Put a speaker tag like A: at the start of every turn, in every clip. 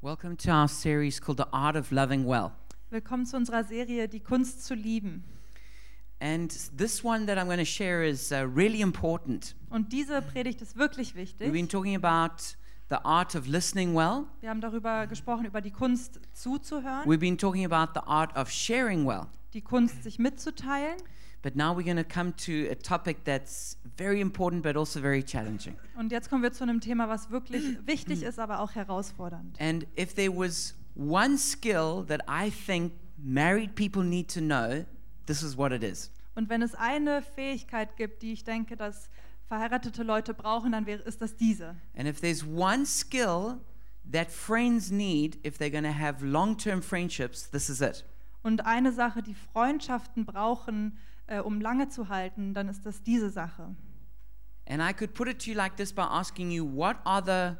A: Welcome to our series called The Art of Loving Well.
B: Willkommen zu unserer Serie Die Kunst zu lieben.
A: And this one that I'm going to share is uh, really important.
B: Und diese Predigt ist wirklich
A: We've been
B: wichtig.
A: talking about the art of listening well,
B: Wir haben darüber gesprochen, über die Kunst zuzuhören,
A: we've been talking about the art of sharing well.
B: die Kunst sich mitzuteilen.
A: But now we're going to come to a topic that's very important but also very challenging.
B: Und jetzt kommen wir zu einem Thema, was wirklich wichtig ist, aber auch herausfordernd.
A: And if there was one skill that I think married people need to know, this is what it is.
B: Und wenn es eine Fähigkeit gibt, die ich denke, dass verheiratete Leute brauchen, dann wäre, ist das diese.
A: And if there's one skill that friends need if they're going to have long term friendships, this is it.
B: Und eine Sache, die Freundschaften brauchen, äh, um lange zu halten, dann ist das diese Sache.
A: And I could put it to you like this by asking you, what are the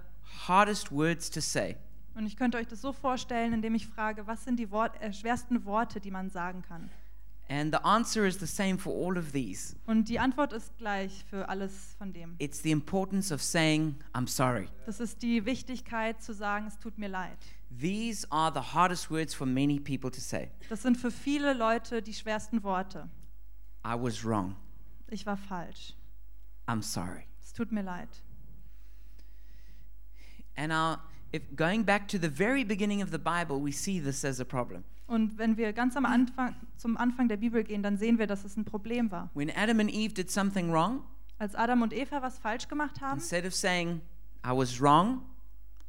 A: hardest words to say?
B: Und ich könnte euch das so vorstellen, indem ich frage, was sind die Wort, äh, schwersten Worte, die man sagen kann?
A: And the answer is the same for all of these
B: Und die Antwort ist gleich für alles von dem.
A: it's the importance of saying, I'm sorry.
B: Das ist die Wichtigkeit zu sagen, es tut mir leid.
A: These are the hardest words for many people to say.
B: Das sind für viele Leute die schwersten Worte.
A: I was wrong.
B: Ich war falsch.
A: I'm sorry.
B: Es tut mir leid.
A: And our, if going back to the very beginning of the Bible, we see this as a problem.
B: Und wenn wir ganz am Anfang, zum Anfang der Bibel gehen, dann sehen wir, dass es ein Problem war.
A: When Adam and Eve did something wrong,
B: Als Adam und Eva was falsch gemacht haben,
A: instead of saying, I was wrong,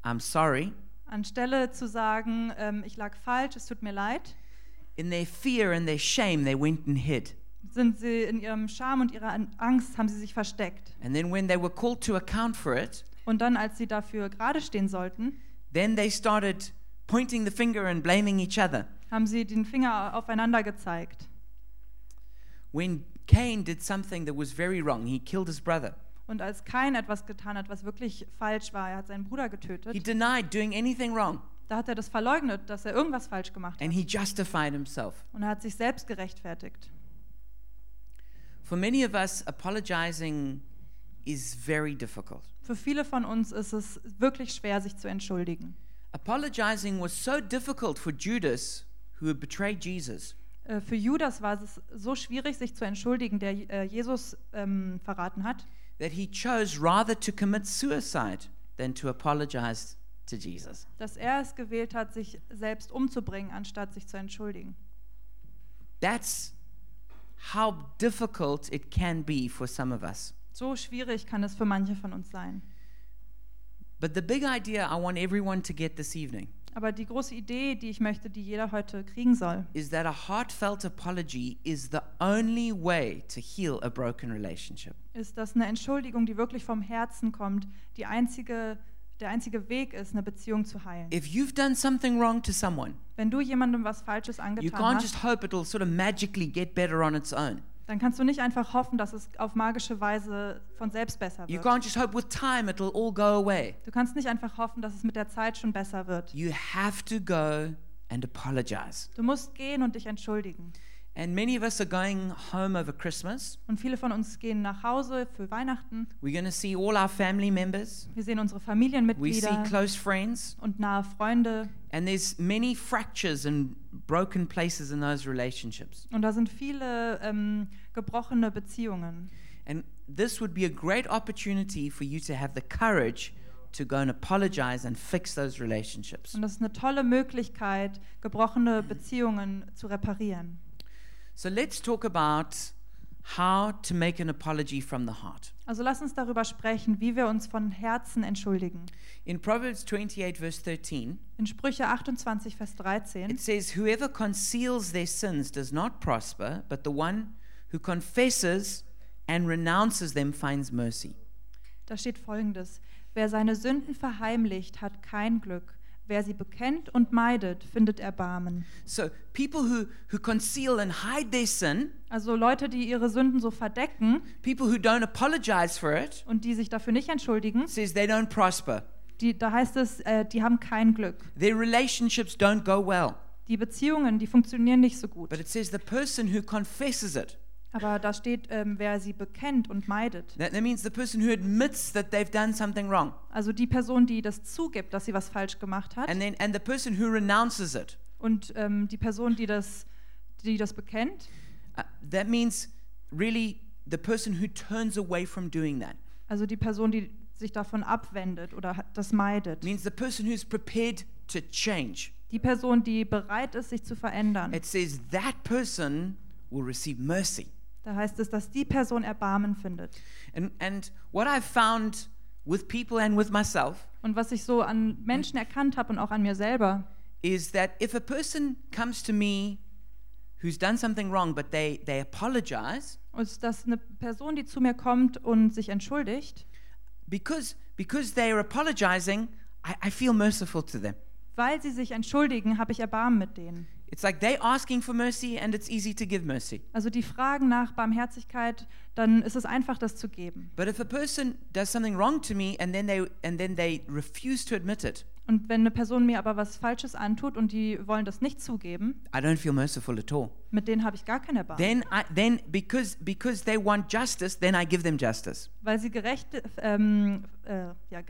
A: I'm sorry,
B: anstelle zu sagen, ähm, ich lag falsch, es tut mir leid,
A: in their fear and their shame, they went and hid.
B: sind sie in ihrem Scham und ihrer An- Angst, haben sie sich versteckt.
A: And then when they were called to account for it,
B: Und dann, als sie dafür gerade stehen sollten,
A: then they started pointing the finger and blaming each other.
B: haben sie den Finger aufeinander gezeigt.
A: When Cain did something that was very wrong, he killed his brother.
B: Und als Kain etwas getan hat, was wirklich falsch war, er hat seinen Bruder
A: He
B: getötet,
A: denied doing anything wrong
B: da hat er das verleugnet, dass er irgendwas falsch gemacht hat.
A: and he justified himself.
B: Und er hat sich selbst gerechtfertigt.
A: For many of us, apologizing is very difficult.
B: Für viele von uns ist es wirklich schwer, sich zu entschuldigen.
A: Apologizing was so difficult for Judas, who had betrayed Jesus,
B: Äh, Für Judas war es so schwierig, sich zu entschuldigen, der äh, Jesus ähm, verraten hat,
A: that he chose rather to commit suicide than to apologize to Jesus.
B: dass er es gewählt hat, sich selbst umzubringen, anstatt sich zu entschuldigen.
A: That's how difficult it can be for some of us.
B: So schwierig kann es für manche von uns sein.
A: But the big idea I want everyone to get this evening
B: Aber die große Idee, die ich möchte, die jeder heute kriegen soll,
A: is that a heartfelt apology is the only way to heal a broken relationship.
B: ist, dass eine Entschuldigung, die wirklich vom Herzen kommt, die einzige, der einzige Weg ist, eine Beziehung zu heilen.
A: If you've done something wrong to someone,
B: Wenn du jemandem was Falsches
A: you
B: angetan
A: can't just
B: hast,
A: hope it'll sort of magically get better on its own.
B: dann kannst du nicht einfach hoffen, dass es auf magische Weise von selbst besser
A: You
B: wird.
A: can't just hope with time it'll all go away.
B: Du kannst nicht einfach hoffen, dass es mit der Zeit schon besser wird.
A: You have to go and apologize.
B: Du musst gehen und dich entschuldigen.
A: And many of us are going home over Christmas.
B: Und viele von uns gehen nach Hause für Weihnachten.
A: We're going to see all our family members.
B: Wir sehen unsere
A: We see
B: Familienmitglieder
A: close friends.
B: und nahe Freunde.
A: And there's many fractures and broken places in those relationships.
B: Und da sind viele ähm, gebrochene Beziehungen.
A: And this would be a great opportunity for you to have the courage to go and apologize and fix those relationships.
B: Und das ist eine tolle Möglichkeit, gebrochene Beziehungen zu reparieren.
A: So let's talk about how to make an apology from the heart.
B: Also lass uns darüber sprechen, wie wir uns von Herzen entschuldigen.
A: In Proverbs 28, verse 13,
B: In Sprüche 28, Vers 13
A: it says, Whoever conceals their sins does not prosper, but the one who confesses and renounces them finds mercy.
B: Da steht folgendes: Wer seine Sünden verheimlicht, hat kein Glück. Wer sie bekennt und meidet, findet Erbarmen.
A: So people who, who conceal and hide their sin,
B: Also Leute, die ihre Sünden so verdecken
A: people who don't apologize for it,
B: und die sich dafür nicht entschuldigen,
A: says they don't prosper.
B: die, da heißt es, äh, die haben kein Glück.
A: Their relationships don't go well.
B: Die Beziehungen, die funktionieren nicht so gut.
A: But it says the person who confesses it
B: Aber da steht, ähm, wer sie bekennt und meidet.
A: That, that means the person who admits that they've done something wrong
B: Also die Person, die das zugibt, dass sie was falsch gemacht hat.
A: and then and the person who renounces it.
B: Und ähm, die Person, die das, die das bekennt,
A: Uh, that means really the person who turns away from doing that.
B: also die Person, die sich davon abwendet oder hat- das meidet.
A: means the person who's prepared to change.
B: Die Person, die bereit ist, sich zu verändern.
A: It says that person will receive mercy.
B: Da heißt es, dass die Person Erbarmen findet.
A: And and what I've found with people and with myself
B: Und was ich so an Menschen erkannt habe und auch an mir selber,
A: is that if a person comes to me who's done something wrong but they they apologize
B: ist, dass eine Person, die zu mir kommt und sich entschuldigt,
A: because because they are apologizing, I, I feel merciful to them.
B: weil sie sich entschuldigen, habe ich Erbarmen mit denen.
A: It's like they asking for mercy and it's easy to give mercy.
B: Also die Fragen nach Barmherzigkeit, dann ist es einfach, das zu geben.
A: But if a person does something wrong to me and then they and then they refuse to admit it,
B: Und wenn eine Person mir aber was Falsches antut und die wollen das nicht zugeben,
A: I don't feel merciful at all.
B: mit denen habe ich gar kein Erbarmen.
A: Then I then because because they want justice, then I give them justice.
B: weil sie gerecht, ähm, äh, ja,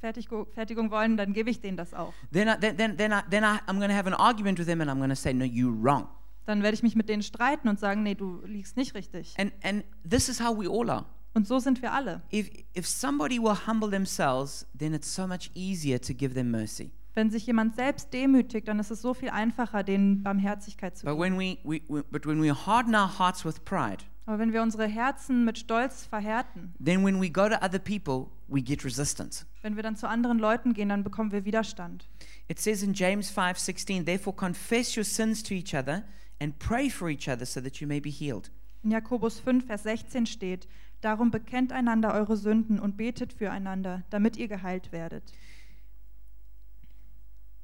B: Gerechtigfertigung wollen, dann gebe ich denen das auch.
A: Then I, then then then, I, then I, I'm going to have an argument with them and I'm going to say no you're wrong.
B: Dann werde ich mich mit denen streiten und sagen, nee, du liegst nicht richtig.
A: And and this is how we all are.
B: Und so sind wir alle.
A: If if somebody will humble themselves, then it's so much easier to give them mercy.
B: Wenn sich jemand selbst demütigt, dann ist es so viel einfacher, denen Barmherzigkeit zu
A: But when
B: geben.
A: we, we, we but when we harden our hearts with pride,
B: Aber wenn wir unsere Herzen mit Stolz verhärten,
A: then when we go to other people, we get resistance.
B: wenn wir dann zu anderen Leuten gehen, dann bekommen wir Widerstand.
A: It says in James 5:16, therefore confess your sins to each other and pray for each other so that you may be healed.
B: In Jakobus 5, Vers 16 steht, Darum bekennt einander eure Sünden und betet füreinander, damit ihr geheilt werdet.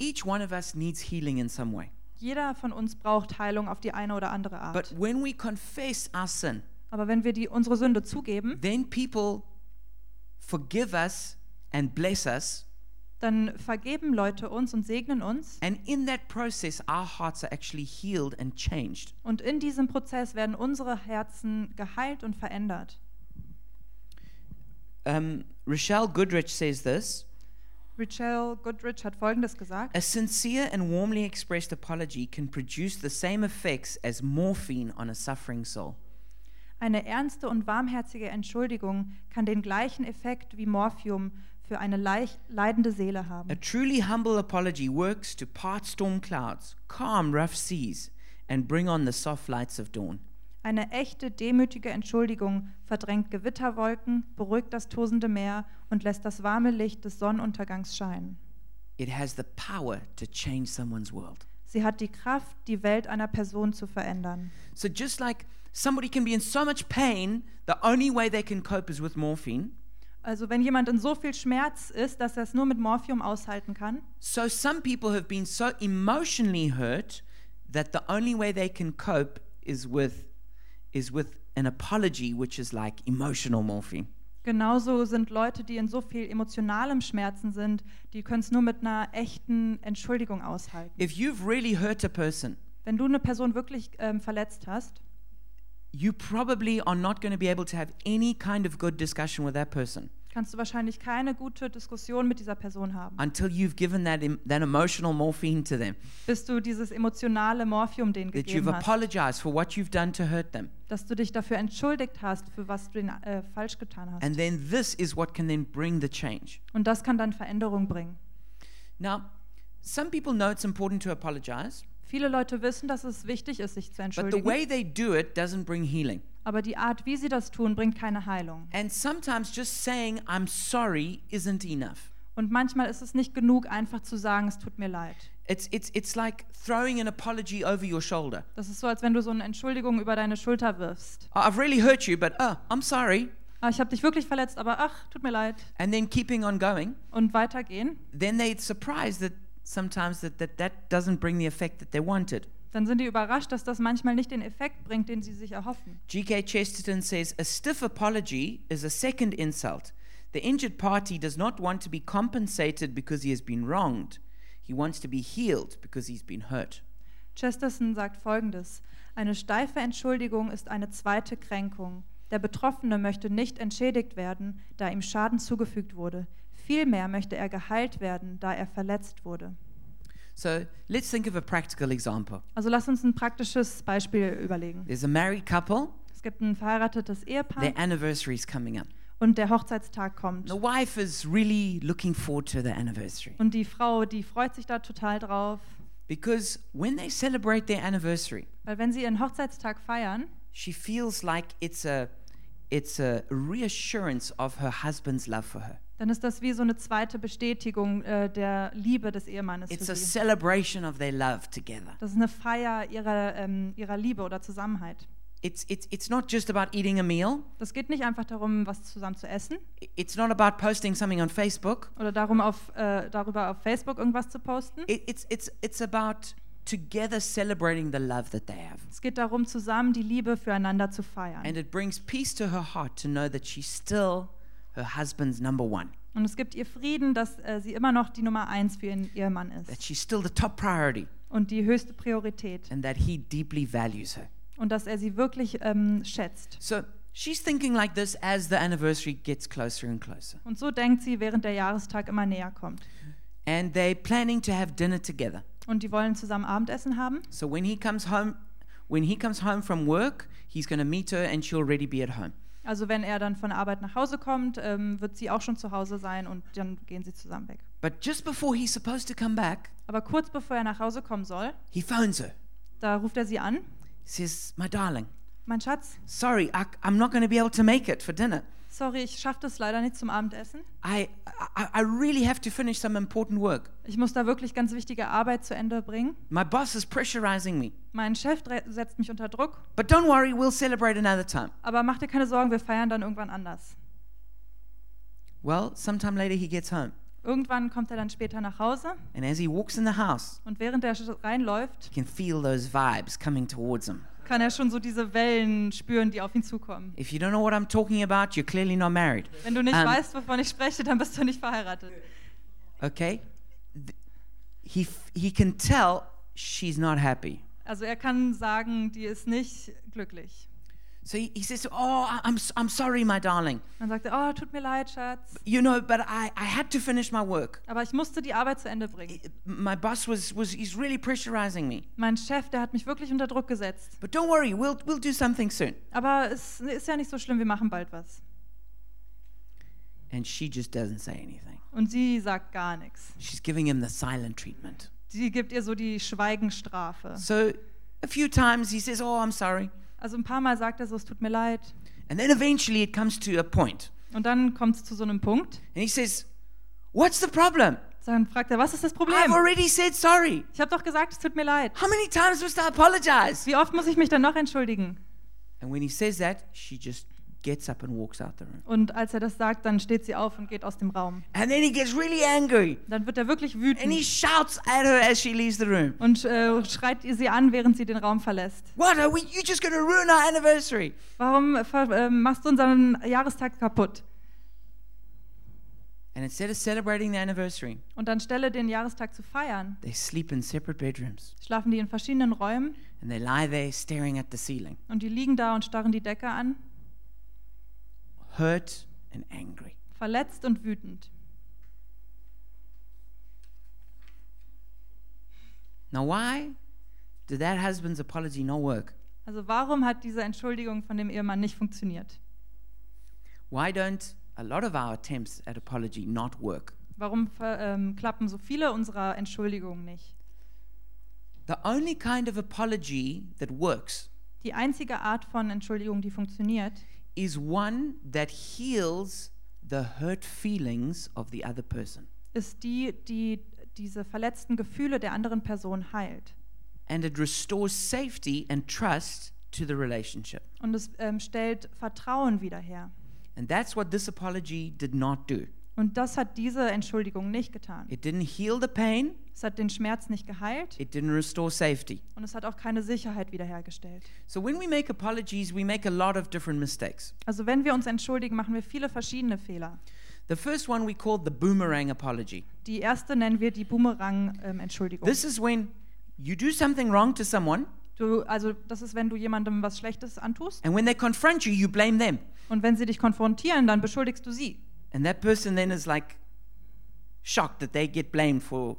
A: Each one of us needs healing in some way.
B: Jeder von uns braucht Heilung auf die eine oder andere Art.
A: But when we confess our sin,
B: Aber wenn wir die, unsere Sünde zugeben,
A: then people forgive us and bless us,
B: dann vergeben Leute uns und segnen uns.
A: and in that process our hearts are actually healed and changed.
B: Und in diesem Prozess werden unsere Herzen geheilt und verändert.
A: Um, Rochelle Goodrich says this
B: Rachel Goodrich hat Folgendes gesagt.
A: A sincere and warmly expressed apology can produce the same effects as morphine on a suffering soul.
B: Eine ernste und warmherzige Entschuldigung kann den gleichen Effekt wie Morphium für eine leich- leidende Seele haben.
A: A truly humble apology works to part storm clouds, calm rough seas, and bring on the soft lights of dawn.
B: Eine echte, demütige Entschuldigung verdrängt Gewitterwolken, beruhigt das tosende Meer und lässt das warme Licht des Sonnenuntergangs scheinen.
A: It has the power to change someone's world.
B: Sie hat die Kraft, die Welt einer Person zu verändern.
A: So just like somebody can be in so much pain, the only way they can cope is with morphine.
B: Also wenn jemand in so viel Schmerz ist, dass er es nur mit Morphium aushalten kann,
A: So some people have been so emotionally hurt that the only way they can cope is with is with an apology which is like emotional morphine.
B: genauso sind Leute, die in so viel emotionalem Schmerzen sind, die können es nur mit einer echten Entschuldigung aushalten.
A: If you've really hurt a person,
B: Wenn du eine Person wirklich ähm, verletzt hast,
A: you probably are not going to be able to have any kind of good discussion with that person
B: kannst du wahrscheinlich keine gute Diskussion mit dieser Person haben.
A: until you've given that em- that emotional morphine to them.
B: bis du dieses emotionale Morphium denen
A: That you've
B: gegeben hast,
A: apologized for what you've done to hurt them.
B: dass du dich dafür entschuldigt hast, für was du den, äh, falsch getan hast.
A: And then this is what can then bring the change.
B: Und das kann dann Veränderung bringen.
A: Now, some people know it's important to apologize,
B: Viele Leute wissen, dass es wichtig ist, sich zu
A: but the
B: entschuldigen,
A: way they do it doesn't bring healing.
B: aber die Art, wie sie das tun, bringt keine Heilung.
A: And sometimes just saying, I'm sorry, isn't enough.
B: Und manchmal ist es nicht genug, einfach zu sagen, es tut mir leid.
A: It's, it's, it's like throwing an apology over your shoulder.
B: Das ist so, als wenn du so eine Entschuldigung über deine Schulter wirfst.
A: "Oh, I've really hurt you, but oh, I'm sorry.
B: Ah, ich habe dich wirklich verletzt, aber ach, tut mir leid.
A: And then keeping on going.
B: Und weitergehen.
A: Then they're surprised that sometimes that that, that doesn't bring the effect that they wanted.
B: Dann sind die überrascht, dass das manchmal nicht den Effekt bringt, den sie sich erhoffen.
A: G.K. Chesterton says a stiff apology is a second insult. The injured party does not want to be compensated because he has been wronged. He wants to be healed because he's been hurt.
B: Chesterton sagt folgendes: Eine steife Entschuldigung ist eine zweite Kränkung. Der Betroffene möchte nicht entschädigt werden, da ihm Schaden zugefügt wurde. Vielmehr möchte er geheilt werden, da er verletzt wurde.
A: So let's think of a practical example.
B: Also lass uns ein praktisches Beispiel überlegen.
A: There's a married couple,
B: Es gibt ein verheiratetes Ehepaar
A: their anniversary's coming up.
B: und der Hochzeitstag kommt.
A: The wife is really looking forward to the anniversary
B: Und die Frau, die freut sich da total drauf,
A: because when they celebrate their anniversary,
B: weil wenn sie ihren Hochzeitstag feiern,
A: she feels like it's a it's a reassurance of her husband's love for her.
B: dann ist das wie so eine zweite Bestätigung äh, der Liebe des Ehemannes
A: It's
B: für
A: a
B: sie.
A: celebration of their love together.
B: Das ist eine Feier ihrer, ähm, ihrer Liebe oder Zusammenhalt.
A: It's it's it's not just about eating a meal.
B: Das geht nicht einfach darum, was zusammen zu essen
A: I- It's not about posting something on Facebook.
B: oder darum, auf, äh, darüber auf Facebook irgendwas zu posten.
A: It, it's it's it's about together celebrating the love that they have.
B: Es geht darum, zusammen die Liebe füreinander zu feiern.
A: And it brings peace to her heart to know that she's still her husband's number one,
B: Und es gibt ihr Frieden, dass äh, sie immer noch die Nummer eins für ihren Ehemann
A: that
B: ist
A: she's still the top priority,
B: und die höchste Priorität
A: and that he deeply values her.
B: und dass er sie wirklich ähm, schätzt.
A: So she's thinking like this as the anniversary gets closer and closer.
B: Und so denkt sie, während der Jahrestag immer näher kommt.
A: And they're planning to have dinner together.
B: Und die wollen zusammen Abendessen haben.
A: So when he comes home, when he comes home from work, he's going to meet her and she'll already be at home.
B: Also wenn er dann von der Arbeit nach Hause kommt, ähm, wird sie auch schon zu Hause sein und dann gehen sie zusammen weg.
A: But just before he's supposed to come back,
B: Aber kurz bevor er nach Hause kommen soll,
A: he phones her.
B: da ruft er sie an.
A: Says, "My darling,
B: Mein Schatz,
A: sorry, I, I'm not going to be able to make it for dinner.
B: sorry, ich schaffe das leider nicht zum Abendessen.
A: I, I, I really have to finish some important work.
B: Ich muss da wirklich ganz wichtige Arbeit zu Ende bringen.
A: My boss is pressurizing me.
B: Mein Chef dre- setzt mich unter Druck.
A: But don't worry, we'll celebrate another time.
B: Aber mach dir keine Sorgen, wir feiern dann irgendwann anders.
A: Well, sometime later he gets home.
B: Irgendwann kommt er dann später nach Hause
A: And as he walks in the house,
B: und während er sch- reinläuft,
A: he can feel those vibes coming towards him.
B: kann er schon so diese Wellen spüren, die auf ihn zukommen.
A: If you don't know what I'm talking about, you're clearly not married.
B: Wenn du nicht
A: Ähm.
B: weißt, wovon ich spreche, dann bist du nicht verheiratet.
A: Okay? Th- He, f- he can tell she's not happy.
B: Also er kann sagen, die ist nicht glücklich.
A: So he, he says, Oh, I- I'm, s- I'm sorry, my darling.
B: Dann sagt er, oh, tut mir leid, Schatz,
A: You know, but I, I had to finish my work.
B: aber ich musste die Arbeit zu Ende bringen.
A: I- My boss was, was he's really pressurizing me.
B: Mein Chef, der hat mich wirklich unter Druck gesetzt.
A: But don't worry, we'll, we'll do something soon.
B: Aber es ist ja nicht so schlimm, wir machen bald was.
A: And she just doesn't say anything.
B: Und sie sagt gar nichts.
A: She's giving him the silent treatment.
B: Sie gibt ihr so die Schweigenstrafe.
A: So a few times he says, Oh, I'm sorry.
B: Also ein paar Mal sagt er so, es tut mir leid.
A: And then eventually it comes to a point,
B: Und dann kommt es zu so einem Punkt.
A: And he says, What's the problem?
B: Dann fragt er, was ist das
A: I've
B: Problem?
A: already said sorry.
B: Ich habe doch gesagt, es tut mir leid.
A: How many times must I apologize?
B: Wie oft muss ich mich dann noch entschuldigen?
A: And when he says that, she just gets up and walks out the room.
B: Und als er das sagt, dann steht sie auf und geht aus dem Raum.
A: And then he gets really angry
B: Dann wird er wirklich
A: and he
B: wütend
A: shouts at her as she leaves the room.
B: und äh, schreit ihr sie an, während sie den Raum verlässt.
A: What are we? You're just going to ruin our anniversary.
B: Warum ver äh, machst du unseren Jahrestag kaputt?
A: And instead of celebrating the anniversary,
B: Und anstelle den Jahrestag zu feiern,
A: they sleep in separate bedrooms
B: schlafen die in verschiedenen Räumen
A: and they lie there staring at the ceiling,
B: und die liegen da und starren die Decke an,
A: hurt and angry.
B: verletzt und wütend.
A: Now, why did that husband's apology not work?
B: Also warum hat diese Entschuldigung von dem Ehemann nicht funktioniert?
A: Why don't a lot of our attempts at apology not work?
B: Warum ver- ähm, klappen so viele unserer Entschuldigungen nicht?
A: The only kind of apology that works
B: Die einzige Art von Entschuldigung, die funktioniert,
A: is one that heals the hurt feelings of the other person.
B: ist die, die diese verletzten Gefühle der anderen Person heilt.
A: And it restores safety and trust to the relationship.
B: Und es ähm, stellt Vertrauen wieder her.
A: And that's what this apology did not do.
B: Und das hat diese Entschuldigung nicht getan.
A: It didn't heal the pain,
B: Es hat den Schmerz nicht geheilt
A: it didn't restore safety.
B: und es hat auch keine Sicherheit wiederhergestellt.
A: So when we make apologies, we make a lot of different mistakes.
B: Also wenn wir uns entschuldigen, machen wir viele verschiedene Fehler.
A: The first one we call the boomerang apology.
B: Die erste nennen wir die Boomerang-Entschuldigung.
A: This is when you do something wrong to someone
B: Du, also das ist, wenn du jemandem was Schlechtes antust
A: And when they confront you, you blame them.
B: und wenn sie dich konfrontieren, dann beschuldigst du sie.
A: And that person then is like shocked that they get blamed for,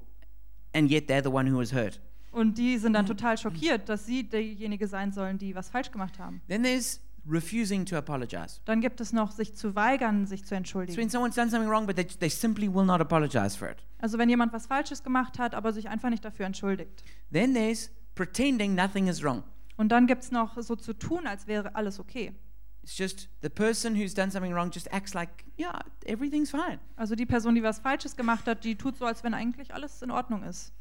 A: and yet they're the one who was hurt.
B: Und die sind dann total schockiert, dass sie diejenige sein sollen, die was falsch gemacht haben.
A: Then there's refusing to apologize.
B: Dann gibt es noch, sich zu weigern, sich zu
A: It's
B: entschuldigen.
A: when someone's done something wrong, but they, they simply will not apologize for it.
B: Also wenn jemand was Falsches gemacht hat, aber sich einfach nicht dafür entschuldigt.
A: Then there's pretending nothing is wrong.
B: Und dann gibt es noch so zu tun, als wäre alles okay.
A: It's just the person who's done something wrong just acts like, yeah, everything's fine.
B: Also die Person, die was Falsches gemacht hat, die tut so, als wenn eigentlich alles in Ordnung ist.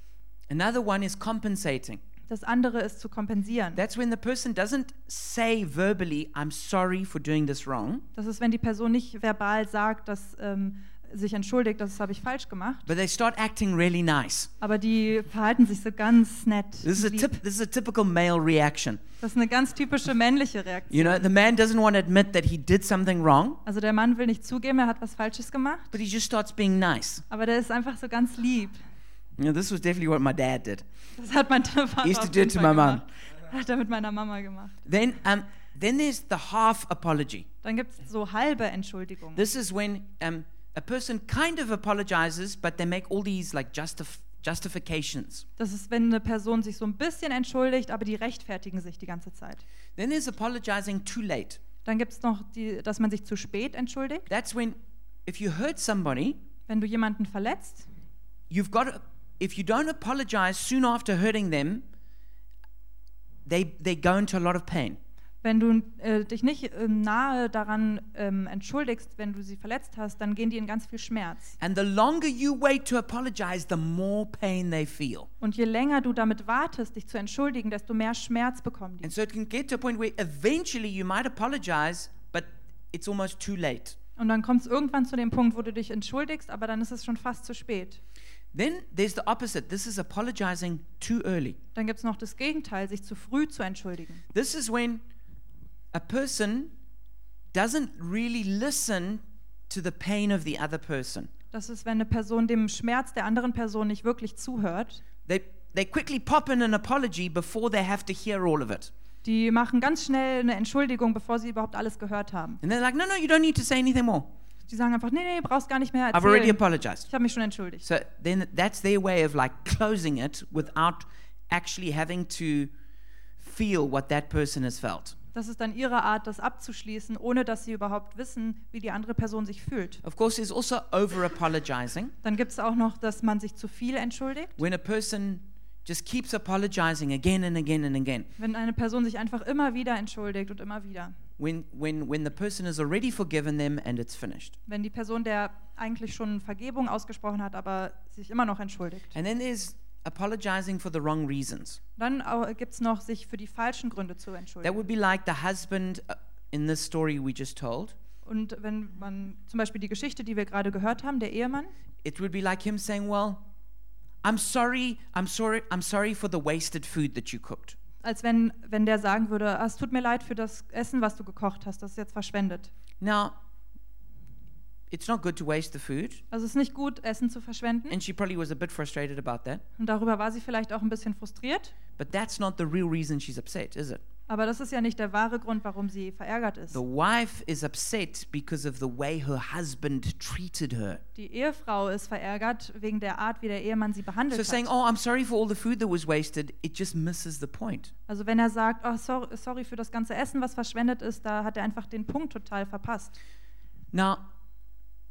A: Another one is compensating.
B: Das andere ist zu kompensieren.
A: That's when the person doesn't say verbally, I'm sorry for doing this wrong,
B: Das ist, wenn die Person nicht verbal sagt, dass ähm, sich entschuldigt, das habe ich falsch gemacht,
A: but they start acting really nice.
B: aber die verhalten sich so ganz nett.
A: This is a,
B: lieb.
A: tip, this is a typical male reaction.
B: Das ist eine ganz typische männliche Reaktion.
A: You know, the man doesn't want to admit that he did something wrong,
B: Also der Mann will nicht zugeben, er hat was Falsches gemacht,
A: but he just starts being nice.
B: aber der ist einfach so ganz lieb.
A: You know, this was definitely what my dad did.
B: Das hat mein Vater
A: Used to
B: auf
A: do it
B: jeden
A: to my
B: Fall
A: mom.
B: gemacht. Hat er mit meiner Mama gemacht.
A: Then, um, then there's the half apology.
B: Dann gibt es so halbe Entschuldigungen.
A: This is when um, a person kind of apologizes, but they make all these like justif- justifications.
B: Das ist, wenn eine Person sich so ein bisschen entschuldigt, aber die rechtfertigen sich die ganze Zeit.
A: Then there's apologizing too late.
B: Dann gibt es noch, die, dass man sich zu spät entschuldigt.
A: That's when, if you hurt somebody,
B: Wenn du jemanden verletzt,
A: you've got to, if you don't apologize soon after hurting them, they, they go into a lot of pain.
B: wenn du äh, dich nicht äh, nahe daran ähm, entschuldigst, wenn du sie verletzt hast, dann gehen die in ganz viel Schmerz.
A: And the longer you wait to apologize, the more pain they feel.
B: Und je länger du damit wartest, dich zu entschuldigen, desto mehr Schmerz bekommen die.
A: And so it can get to a point where eventually you might apologize, but it's almost too late.
B: Und dann kommt es irgendwann zu dem Punkt, wo du dich entschuldigst, aber dann ist es schon fast zu spät.
A: Then there's the opposite. This is apologizing too early.
B: Dann gibt es noch das Gegenteil, sich zu früh zu entschuldigen.
A: This is when a person doesn't really listen to the pain of the other person.
B: Das ist, wenn eine Person dem Schmerz der anderen Person nicht wirklich zuhört.
A: They, they quickly pop in an apology before they have to hear all of it.
B: Die machen ganz schnell eine Entschuldigung, bevor sie überhaupt alles gehört haben.
A: And they're like, no, no, you don't need to say anything more.
B: Die sagen einfach, nee, nee, brauchst gar nicht mehr
A: I've already
B: erzählen.
A: apologized.
B: Ich habe mich schon entschuldigt.
A: So then that's their way of like closing it without actually having to feel what that person has felt.
B: Das ist dann ihre Art, das abzuschließen, ohne dass sie überhaupt wissen, wie die andere Person sich fühlt.
A: Of course, there's also over apologizing
B: Dann gibt es auch noch, dass man sich zu viel entschuldigt.
A: when a person just keeps apologizing again and again and again.
B: Wenn eine Person sich einfach immer wieder entschuldigt und immer wieder.
A: When, when, when the person has already forgiven them and it's finished.
B: Wenn die Person, der eigentlich schon Vergebung ausgesprochen hat, aber sich immer noch entschuldigt.
A: And then there's apologizing for the wrong reasons.
B: Dann gibt es noch, sich für die falschen Gründe zu
A: That
B: entschuldigen.
A: would be like the husband uh, in this story we just told.
B: Und wenn man zum Beispiel die Geschichte, die wir gerade gehört haben, der Ehemann,
A: It would be like him saying, "Well, I'm sorry. I'm sorry. I'm sorry for the wasted food that you cooked."
B: als wenn, wenn der sagen würde, ah, es tut mir leid für das Essen, was du gekocht hast, das ist jetzt verschwendet.
A: Now, it's not good to waste the food,
B: Also es ist nicht gut, Essen zu verschwenden.
A: and she probably was a bit frustrated about that.
B: Und darüber war sie vielleicht auch ein bisschen frustriert.
A: But that's not the real reason she's upset, is it?
B: Aber das ist ja nicht der wahre Grund, warum sie verärgert ist.
A: The wife is upset because of the way her husband treated her.
B: Die Ehefrau ist verärgert wegen der Art, wie der Ehemann sie
A: So
B: behandelt
A: saying,
B: hat.
A: "Oh, I'm sorry for all the food that was wasted," it just misses the point.
B: Also wenn er sagt, oh, sorry, sorry für das ganze Essen, was verschwendet ist, da hat er einfach den Punkt total verpasst.
A: Now,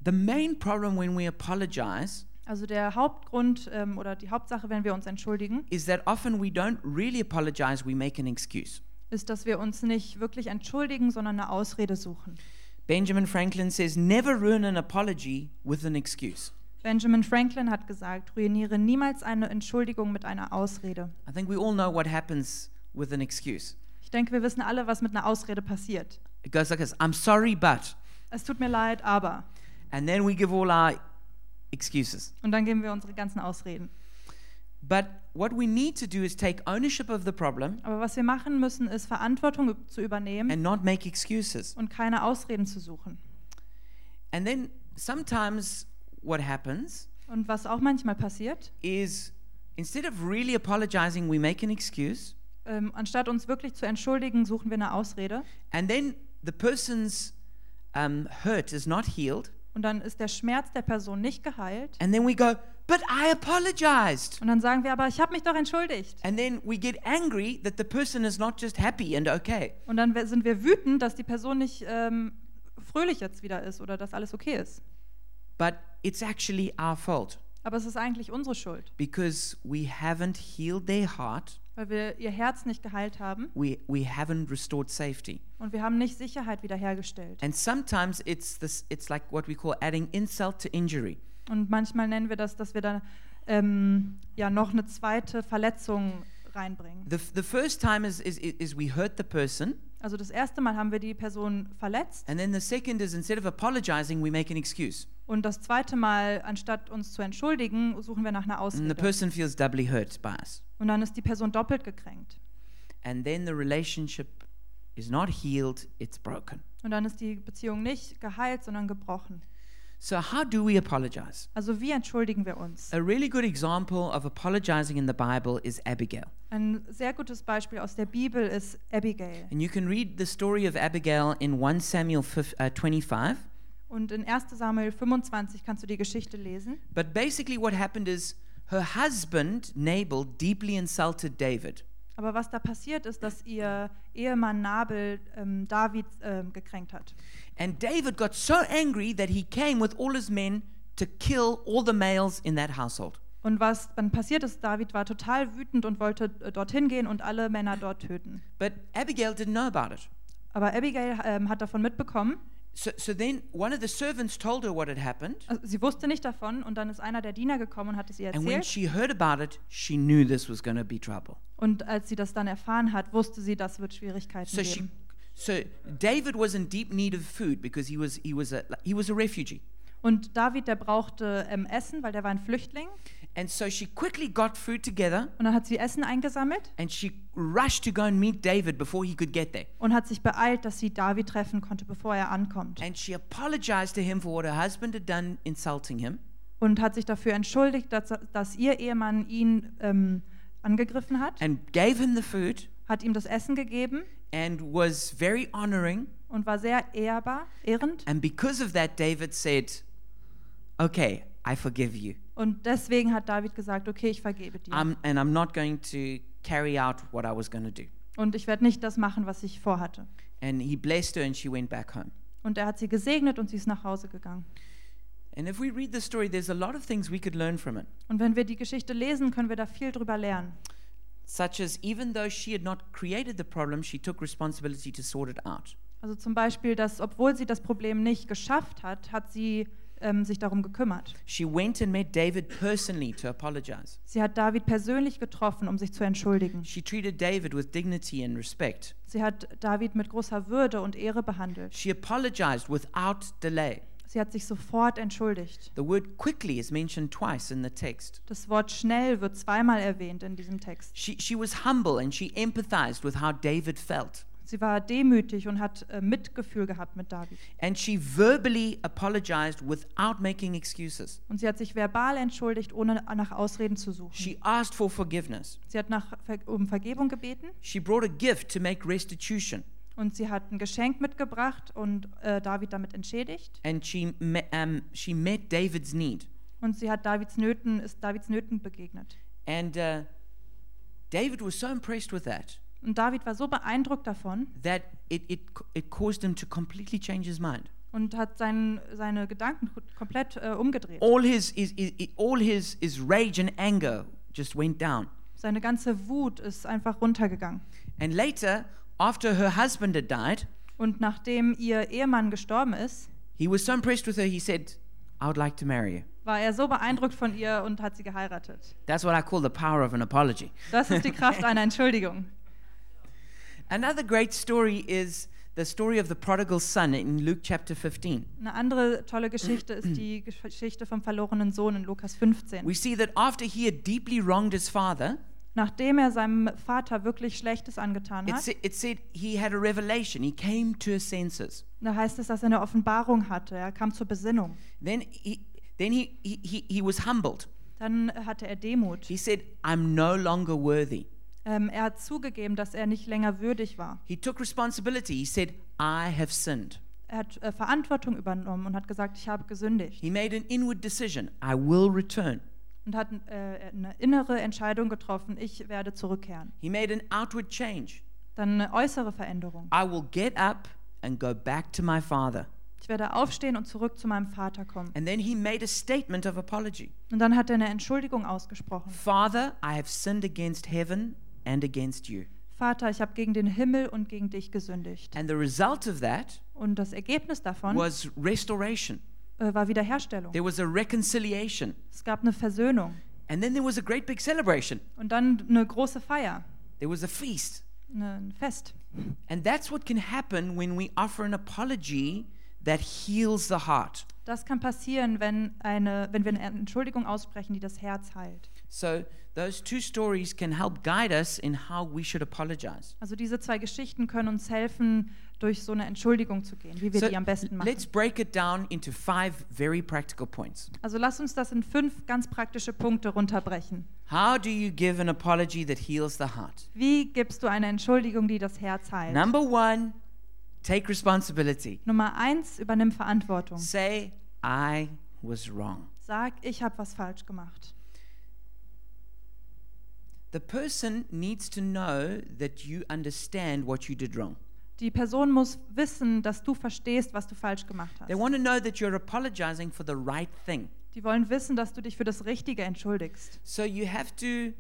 A: the main problem when we apologize
B: Also der Hauptgrund ähm, oder die Hauptsache, wenn wir uns entschuldigen,
A: is that often we don't really apologize, we make an excuse.
B: ist, dass wir uns nicht wirklich entschuldigen, sondern eine Ausrede suchen.
A: Benjamin Franklin says, never ruin an apology with an excuse.
B: Benjamin Franklin hat gesagt, ruiniere niemals eine Entschuldigung mit einer Ausrede.
A: I think we all know what happens with an excuse.
B: Ich denke, wir wissen alle, was mit einer Ausrede passiert.
A: It goes like this I'm sorry, but.
B: Es tut mir leid, aber.
A: And then we give all our excuses.
B: Und dann geben wir unsere ganzen Ausreden.
A: But what we need to do is take ownership of the problem
B: Aber was wir machen müssen, ist Verantwortung üb- zu übernehmen
A: and not make excuses.
B: und keine Ausreden zu suchen.
A: And then sometimes what happens
B: Und was auch manchmal passiert,
A: is instead of really apologizing, we make an excuse.
B: Ähm, anstatt uns wirklich zu entschuldigen, suchen wir eine Ausrede.
A: And then the person's um, hurt is not healed.
B: Und dann ist der Schmerz der Person nicht geheilt.
A: And then we go, but I apologized.
B: Und dann sagen wir, aber ich habe mich doch entschuldigt.
A: And then we get angry that the person is not just happy and okay.
B: Und dann we- sind wir wütend, dass die Person nicht ähm, fröhlich jetzt wieder ist oder dass alles okay ist.
A: But it's actually our fault
B: Aber es ist eigentlich unsere Schuld,
A: because we haven't healed their heart.
B: weil wir ihr Herz nicht geheilt haben
A: We, we haven't restored safety.
B: und wir haben nicht Sicherheit wiederhergestellt.
A: And sometimes it's, this, it's like what we call adding insult to injury.
B: Und manchmal nennen wir das, dass wir da ähm, ja noch eine zweite Verletzung reinbringen.
A: The, f- the first time is, is, is we hurt the person.
B: Also das erste Mal haben wir die Person verletzt
A: And then the second is instead of apologizing, we make an excuse.
B: und das zweite Mal, anstatt uns zu entschuldigen, suchen wir nach einer
A: And the
B: Ausrede.
A: person feels doubly hurt by us.
B: Und dann ist die Person doppelt gekränkt.
A: And then the relationship is not healed, it's broken.
B: Und dann ist die Beziehung nicht geheilt, sondern gebrochen.
A: So, how do we apologize?
B: Also wie entschuldigen wir uns?
A: A really good example of apologizing in the Bible is Abigail.
B: Ein sehr gutes Beispiel aus der Bibel ist Abigail.
A: And you can read the story of Abigail in 1 Samuel fif- uh, 25.
B: Und in 1 Samuel 25 kannst du die Geschichte lesen.
A: But basically, what happened is her husband, Nabal, deeply insulted David.
B: Aber was da passiert ist, dass ihr Ehemann Nabel ähm, David ähm, gekränkt hat.
A: And David got so angry that he came with all his men to kill all the males in that household.
B: Und was dann passiert ist, David war total wütend und wollte äh, dorthin gehen und alle Männer dort töten.
A: But Abigail didn't know about it.
B: Aber Abigail ähm, hat davon mitbekommen.
A: So, so then one of the servants told her what had happened.
B: Also sie wusste nicht davon und dann ist einer der Diener gekommen und hat es ihr
A: And when
B: erzählt.
A: she heard about it, she knew this was going to be trouble.
B: Und als sie das dann erfahren hat, wusste sie, das wird Schwierigkeiten
A: So she,
B: geben.
A: so David was in deep need of food because he was he was a he was a refugee,
B: Und David, der brauchte ähm, Essen, weil der war ein Flüchtling.
A: and so she quickly got food together
B: Und dann hat sie Essen eingesammelt
A: and she rushed to go and meet David before he could get there.
B: und hat sich beeilt, dass sie David treffen konnte, bevor er ankommt.
A: And she apologized to him for what her husband had done, insulting him.
B: Und hat sich dafür entschuldigt, dass, dass ihr Ehemann ihn ähm, angegriffen hat,
A: and gave him the food
B: hat ihm das Essen gegeben
A: and was very honoring.
B: und war sehr ehrbar, ehrend.
A: And because of that, David said, Okay, I forgive you.
B: Und deswegen hat David gesagt, okay, ich vergebe dir.
A: I'm, and I'm not going to carry out what I was going to do.
B: Und ich werde nicht das machen, was ich vorhatte.
A: And he blessed her and she went back home.
B: Und er hat sie gesegnet und sie ist nach Hause gegangen.
A: And if we read the story, there's a lot of things we could learn from it,
B: Und wenn wir die Geschichte lesen, können wir da viel drüber lernen.
A: such as even though she had not created the problem, she took responsibility to sort it out.
B: Also zum Beispiel, dass obwohl sie das Problem nicht geschafft hat, hat sie ähm, sich darum gekümmert.
A: She went and met David personally to apologize.
B: Sie hat David persönlich getroffen, um sich zu entschuldigen.
A: She treated David with dignity and respect.
B: Sie hat David mit großer Würde und Ehre behandelt.
A: She apologized without delay.
B: Sie hat sich sofort entschuldigt.
A: The word quickly is mentioned twice in the text.
B: Das Wort schnell wird zweimal erwähnt in diesem Text.
A: She, she was humble and she empathized with how David felt.
B: Sie war demütig und hat äh, Mitgefühl gehabt mit David.
A: And she verbally apologized without making excuses.
B: Und sie hat sich verbal entschuldigt, ohne nach Ausreden zu suchen.
A: She asked for forgiveness.
B: Sie hat nach, Ver- um Vergebung gebeten
A: She brought a gift to make restitution.
B: und sie hat ein Geschenk mitgebracht und äh, David damit entschädigt.
A: And she, me, um, she met David's need.
B: Und sie hat Davids Nöten, ist Davids Nöten begegnet.
A: And uh, David was so impressed with that
B: Und David war so beeindruckt davon
A: that it, it, it caused him to completely change his mind.
B: und hat seinen, seine Gedanken komplett äh, umgedreht.
A: All his, his, his, all his, his rage and anger just went down.
B: Seine ganze Wut ist einfach runtergegangen.
A: And later, after her husband had died,
B: Und nachdem ihr Ehemann gestorben ist,
A: he was so impressed with her, he said, I would like to marry you.
B: war er so beeindruckt von ihr und hat sie geheiratet.
A: That's what I call the power of an apology.
B: Das ist die Kraft einer Entschuldigung.
A: Another great story is the story of the prodigal son in Luke chapter 15.
B: Eine andere tolle Geschichte ist die Geschichte vom verlorenen Sohn in Lukas 15.
A: We see that after he had deeply wronged his father,
B: Nachdem er seinem Vater wirklich Schlechtes angetan
A: it,
B: hat,
A: sa- it said he had a revelation. He came to his senses.
B: da heißt es, dass er eine Offenbarung hatte. Er kam zur Besinnung.
A: Then he, then he, he, he, he was humbled.
B: Dann hatte er Demut.
A: He said, I'm no longer worthy.
B: Ähm, er hat zugegeben, dass er nicht länger würdig war.
A: He took responsibility. He said, I have sinned.
B: Er hat äh, Verantwortung übernommen und hat gesagt, ich habe gesündigt.
A: He made an inward decision I will return.
B: Und hat äh, eine innere Entscheidung getroffen, ich werde zurückkehren.
A: He made an outward change
B: Dann eine äußere Veränderung.
A: I will get up and go back to my father.
B: Ich werde aufstehen und zurück zu meinem Vater kommen.
A: And then he made a statement of apology
B: Und dann hat er eine Entschuldigung ausgesprochen.
A: Father, I have sinned against heaven and against you.
B: Vater, ich habe gegen den Himmel und gegen dich gesündigt.
A: And the result of that
B: Und das Ergebnis davon
A: was restoration.
B: äh, war Wiederherstellung.
A: There was a reconciliation.
B: Es gab eine Versöhnung.
A: And then there was a great big celebration.
B: Und dann eine große Feier,
A: There was a feast.
B: eine- ein Fest.
A: And that's what can happen when we offer an apology that heals the heart.
B: Das kann passieren, wenn, eine, wenn wir eine Entschuldigung aussprechen, die das Herz heilt.
A: So, those two stories can help guide us in how we should apologize.
B: Also diese zwei Geschichten können uns helfen, durch so eine Entschuldigung zu gehen, wie wir
A: So,
B: die am besten machen.
A: let's break it down into five very practical points.
B: Also lass uns das in fünf ganz praktische Punkte runterbrechen.
A: How do you give an apology that heals the heart?
B: Wie gibst du eine Entschuldigung, die das Herz heilt?
A: Number one, take responsibility.
B: Nummer eins, übernimm Verantwortung.
A: Say, I was wrong.
B: Sag, ich habe was falsch gemacht.
A: The person needs to know that you understand what you did wrong.
B: Die Person muss wissen, dass du verstehst, was du falsch gemacht hast.
A: They want to know that you're apologizing for the right thing.
B: Die wollen wissen, dass du dich für das Richtige entschuldigst.
A: So you have to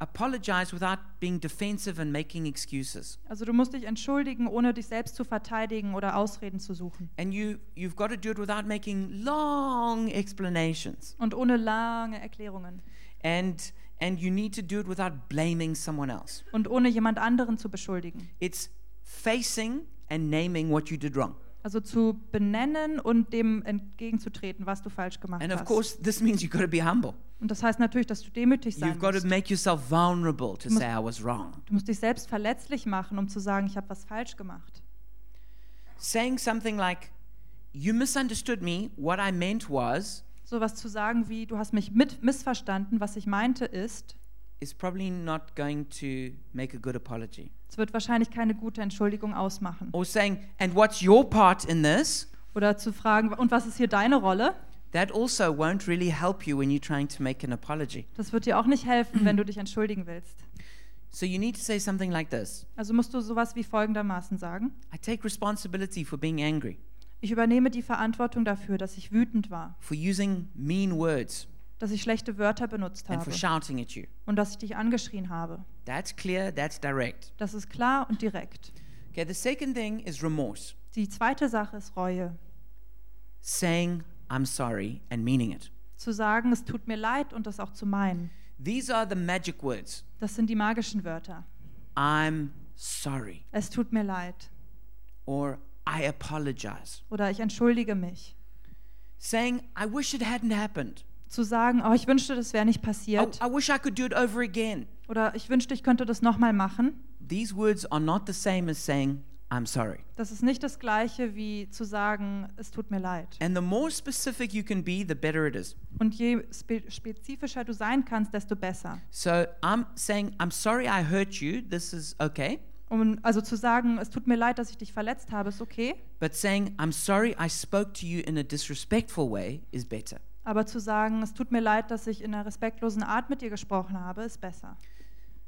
A: apologize without being defensive and making excuses.
B: Also du musst dich entschuldigen, ohne dich selbst zu verteidigen oder Ausreden zu suchen.
A: And you, you've got to do it without making long explanations.
B: Und ohne lange Erklärungen.
A: And, and you need to do it without blaming someone else.
B: Und ohne jemand anderen zu beschuldigen.
A: It's facing and naming what you did wrong.
B: Also zu benennen und dem entgegenzutreten, was du falsch gemacht
A: And of
B: hast.
A: course, this means you've got to be humble.
B: und das heißt natürlich, dass du demütig sein
A: You've got to
B: musst.
A: make yourself vulnerable to
B: Du musst-
A: say, I was wrong.
B: Du musst dich selbst verletzlich machen, um zu sagen, ich habe was falsch gemacht.
A: Saying something like, You misunderstood me. What I meant was,
B: Sowas zu sagen wie, du hast mich mit missverstanden, was ich meinte ist,
A: is probably not going to make a good apology.
B: es wird wahrscheinlich keine gute Entschuldigung ausmachen.
A: Or saying, And what's your part in this?
B: Oder zu fragen, und was ist hier deine Rolle?
A: That also won't really help you when you're trying to make an apology.
B: Das wird dir auch nicht helfen, wenn du dich entschuldigen willst.
A: So you need to say something like this
B: Also musst du sowas wie folgendermaßen sagen.
A: I take responsibility for being angry,
B: Ich übernehme die Verantwortung dafür, dass ich wütend war,
A: for using mean words,
B: dass ich schlechte Wörter benutzt
A: and
B: habe
A: for shouting at you.
B: und dass ich dich angeschrien habe.
A: That's clear, that's direct.
B: Das ist klar und direkt.
A: Okay, the second thing is remorse.
B: Die zweite Sache ist Reue.
A: saying I'm sorry and meaning it.
B: Zu sagen, es tut mir leid und das auch zu meinen.
A: These are the magic words.
B: Das sind die magischen Wörter.
A: I'm sorry
B: Es tut mir leid
A: or I apologize.
B: oder ich entschuldige mich.
A: Saying I wish it hadn't happened.
B: Zu sagen, oh, ich wünschte, das wäre nicht
A: I,
B: passiert
A: I wish I could do it over again.
B: oder ich wünschte, ich könnte das nochmal machen.
A: These words are not the same as saying I'm sorry.
B: Das ist nicht das Gleiche wie zu sagen, es tut mir leid.
A: And the more specific you can be, the better it is.
B: Und je spe spezifischer du sein kannst, desto besser.
A: So I'm saying I'm sorry I hurt you. This is okay.
B: Um, also zu sagen, es tut mir leid, dass ich dich verletzt habe, ist okay.
A: But saying I'm sorry I spoke to you in a disrespectful way is better.
B: Aber zu sagen, es tut mir leid, dass ich in einer respektlosen Art mit dir gesprochen habe, ist besser.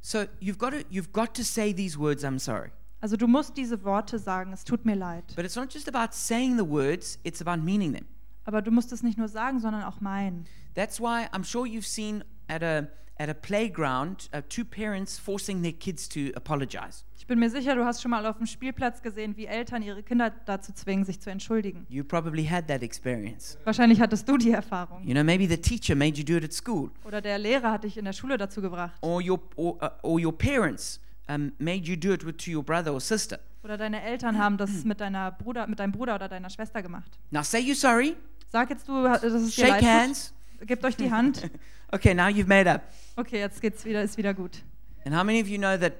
A: So you've got to you've got to say these words I'm sorry.
B: Also du musst diese Worte sagen, es tut mir leid.
A: But it's not just about saying the words, it's about meaning them.
B: Aber du musst es nicht nur sagen, sondern auch meinen.
A: That's why I'm sure you've seen at a at a playground uh, two parents forcing their kids to apologize.
B: Ich bin mir sicher, du hast schon mal auf dem Spielplatz gesehen, wie Eltern ihre Kinder dazu zwingen, sich zu entschuldigen.
A: You probably had that experience.
B: Wahrscheinlich hattest du die Erfahrung.
A: You know, maybe the teacher made you do it at school,
B: Oder der Lehrer hat dich in der Schule dazu gebracht.
A: or your or, uh, or your parents um, made you do it with, to your brother or sister.
B: Oder deine Eltern haben
A: Mhm.
B: das mit, deiner Bruder, mit deinem Bruder oder deiner Schwester gemacht.
A: Now say you're sorry,
B: Sag jetzt du, dass es dir
A: shake
B: leid
A: hands.
B: tut. Gebt euch die Hand.
A: Okay, now you've made up.
B: Okay, jetzt geht's wieder, ist wieder gut.
A: And how many of you know that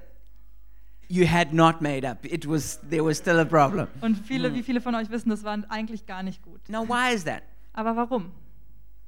A: you had not made up? It was there was still a problem.
B: Und viele, wie viele von euch wissen, das war eigentlich gar nicht gut.
A: Now why is that?
B: Aber warum?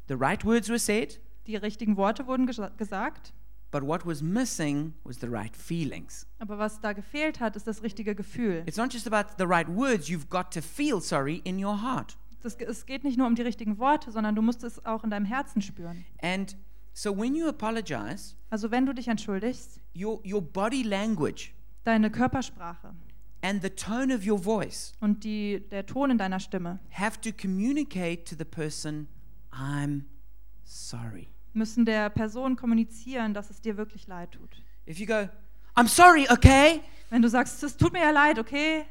A: The right words were said,
B: Die richtigen Worte wurden gesa- gesagt,
A: But what was missing was the right feelings.
B: Aber was da gefehlt hat, ist das richtige Gefühl.
A: It's not just about the right words, you've got to feel sorry in your heart.
B: Das, es geht nicht nur um die richtigen Worte, sondern du musst es auch in deinem Herzen spüren.
A: And so when you apologize,
B: Also wenn du dich entschuldigst,
A: your, your body language
B: deine Körpersprache
A: and the tone of your voice
B: und die, der Ton in deiner Stimme
A: have to communicate to the person, I'm sorry.
B: müssen der Person kommunizieren, dass es dir wirklich leid tut.
A: If you go, I'm sorry, okay?
B: Wenn du sagst, es tut mir ja leid, okay,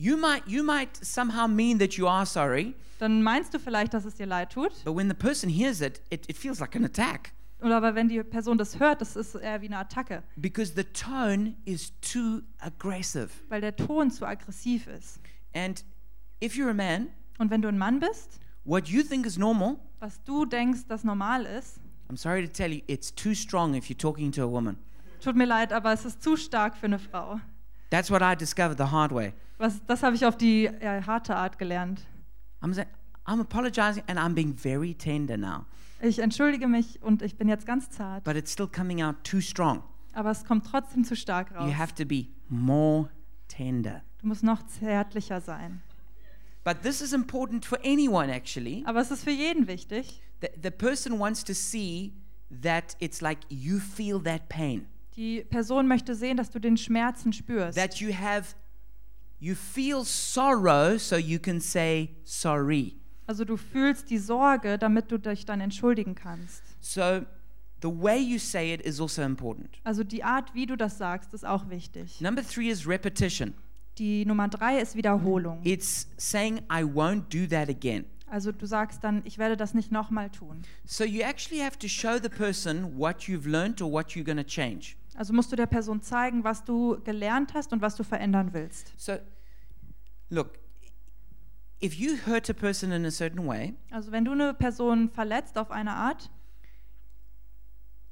A: You might, you might somehow mean that you are sorry,
B: dann meinst du vielleicht, dass es dir leid tut.
A: but when the person hears it, it, it feels like an attack
B: Oder aber wenn die Person das hört, das ist eher wie eine Attacke,
A: because the tone is too aggressive.
B: weil der Ton zu aggressiv ist.
A: And if you're a man,
B: Und wenn du ein Mann bist,
A: what you think is normal,
B: was du denkst, das normal ist,
A: I'm sorry to tell you, it's too strong if you're talking to a woman.
B: tut mir leid, aber es ist zu stark für eine Frau.
A: That's what I discovered the hard way.
B: Was, das habe ich auf die ja, harte Art gelernt.
A: I'm, saying, I'm apologizing and I'm being very tender now,
B: Ich entschuldige mich und ich bin jetzt ganz zart,
A: but it's still coming out too strong.
B: aber es kommt trotzdem zu stark raus.
A: You have to be more tender.
B: Du musst noch zärtlicher sein.
A: But this is important for anyone, actually.
B: Aber es ist für jeden wichtig.
A: The, the person wants to see that it's like you feel that pain,
B: Die Person möchte sehen, dass du den Schmerzen spürst,
A: that you have, you feel sorrow so you can say sorry.
B: Also du fühlst die Sorge, damit du dich dann entschuldigen kannst.
A: So the way you say it is also important.
B: Also die Art, wie du das sagst, ist auch wichtig.
A: Number three is repetition.
B: Die Nummer drei ist Wiederholung.
A: It's saying, I won't do that again.
B: Also du sagst dann, ich werde das nicht nochmal tun.
A: So you actually have to show the person what you've learned or what you're going to change.
B: Also musst du der Person zeigen, was du gelernt hast und was du verändern willst.
A: So look, if you hurt a person in a certain way
B: Also wenn du eine Person verletzt auf eine Art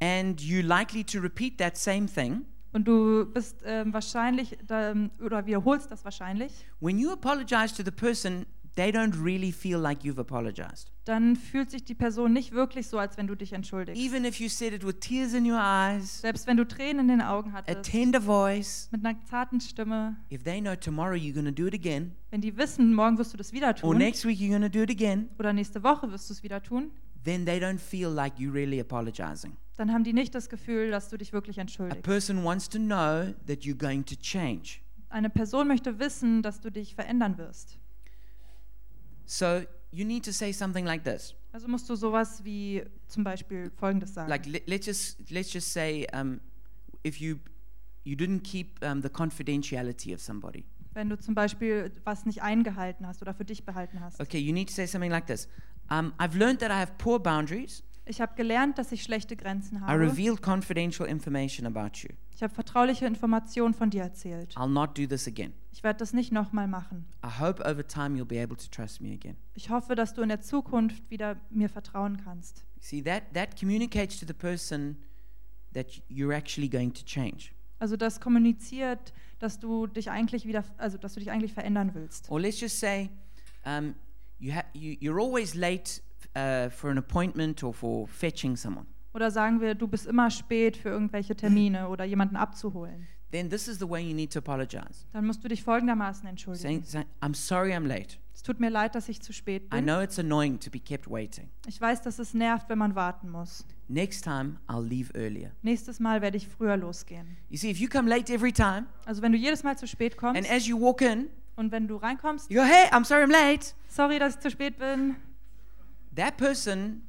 A: and you're likely to repeat that same thing,
B: und du bist ähm, wahrscheinlich ähm, oder wiederholst das wahrscheinlich,
A: when you apologize to the person, they don't really feel like you've apologized.
B: dann fühlt sich die Person nicht wirklich so, als wenn du dich entschuldigst.
A: Even if you said it with tears in your eyes,
B: Selbst wenn du Tränen in den Augen
A: a
B: hattest,
A: tender voice,
B: mit einer zarten Stimme,
A: if they know tomorrow you're going to do it again,
B: wenn die wissen, morgen wirst du das wieder
A: or
B: tun
A: Oh, next week you're going to do it again,
B: oder nächste Woche wirst du es wieder tun,
A: then they don't feel like you're really apologizing.
B: dann haben die nicht das Gefühl, dass du dich wirklich
A: A
B: entschuldigst.
A: person wants to know that you're going to change.
B: Eine Person möchte wissen, dass du dich verändern wirst.
A: So you need to say something like this.
B: Also musst du sowas wie zum Beispiel Folgendes sagen.
A: Like le- let's just let's just say um, if you you didn't keep um, the confidentiality of somebody.
B: wenn du zum Beispiel was nicht eingehalten hast oder für dich behalten hast.
A: Okay, you need to say something like this. Um, I've learned that I have poor boundaries.
B: Ich habe gelernt, dass ich schlechte Grenzen
A: I
B: habe.
A: revealed confidential information about you.
B: Ich habe vertrauliche Informationen von dir erzählt.
A: I'll not do this again.
B: Ich werde das nicht nochmal machen.
A: I hope over time you'll be able to trust me again.
B: Ich hoffe, dass du in der Zukunft wieder mir vertrauen kannst.
A: See that that communicates to the person that you're actually going to change.
B: Also das kommuniziert, dass du dich eigentlich wieder, also dass du dich eigentlich verändern willst.
A: Or let's just say um, you ha- you, you're always late uh, for an appointment or for fetching someone.
B: Oder sagen wir, du bist immer spät für irgendwelche Termine oder jemanden abzuholen.
A: Then this is the way you need to apologize.
B: Dann musst du dich folgendermaßen
A: Saying,
B: entschuldigen.
A: saying, I'm sorry I'm late.
B: Es tut mir leid, dass ich zu spät
A: I
B: bin.
A: know it's annoying to be kept waiting.
B: Ich weiß, dass es nervt, wenn man warten muss.
A: Next time, I'll leave earlier.
B: Nächstes Mal werde ich früher losgehen.
A: You see, if you come late every time,
B: Also wenn du jedes Mal zu spät
A: and
B: kommst
A: as you walk in,
B: und wenn du reinkommst,
A: you go, hey, I'm sorry I'm late,
B: sorry, dass ich zu spät bin,
A: that person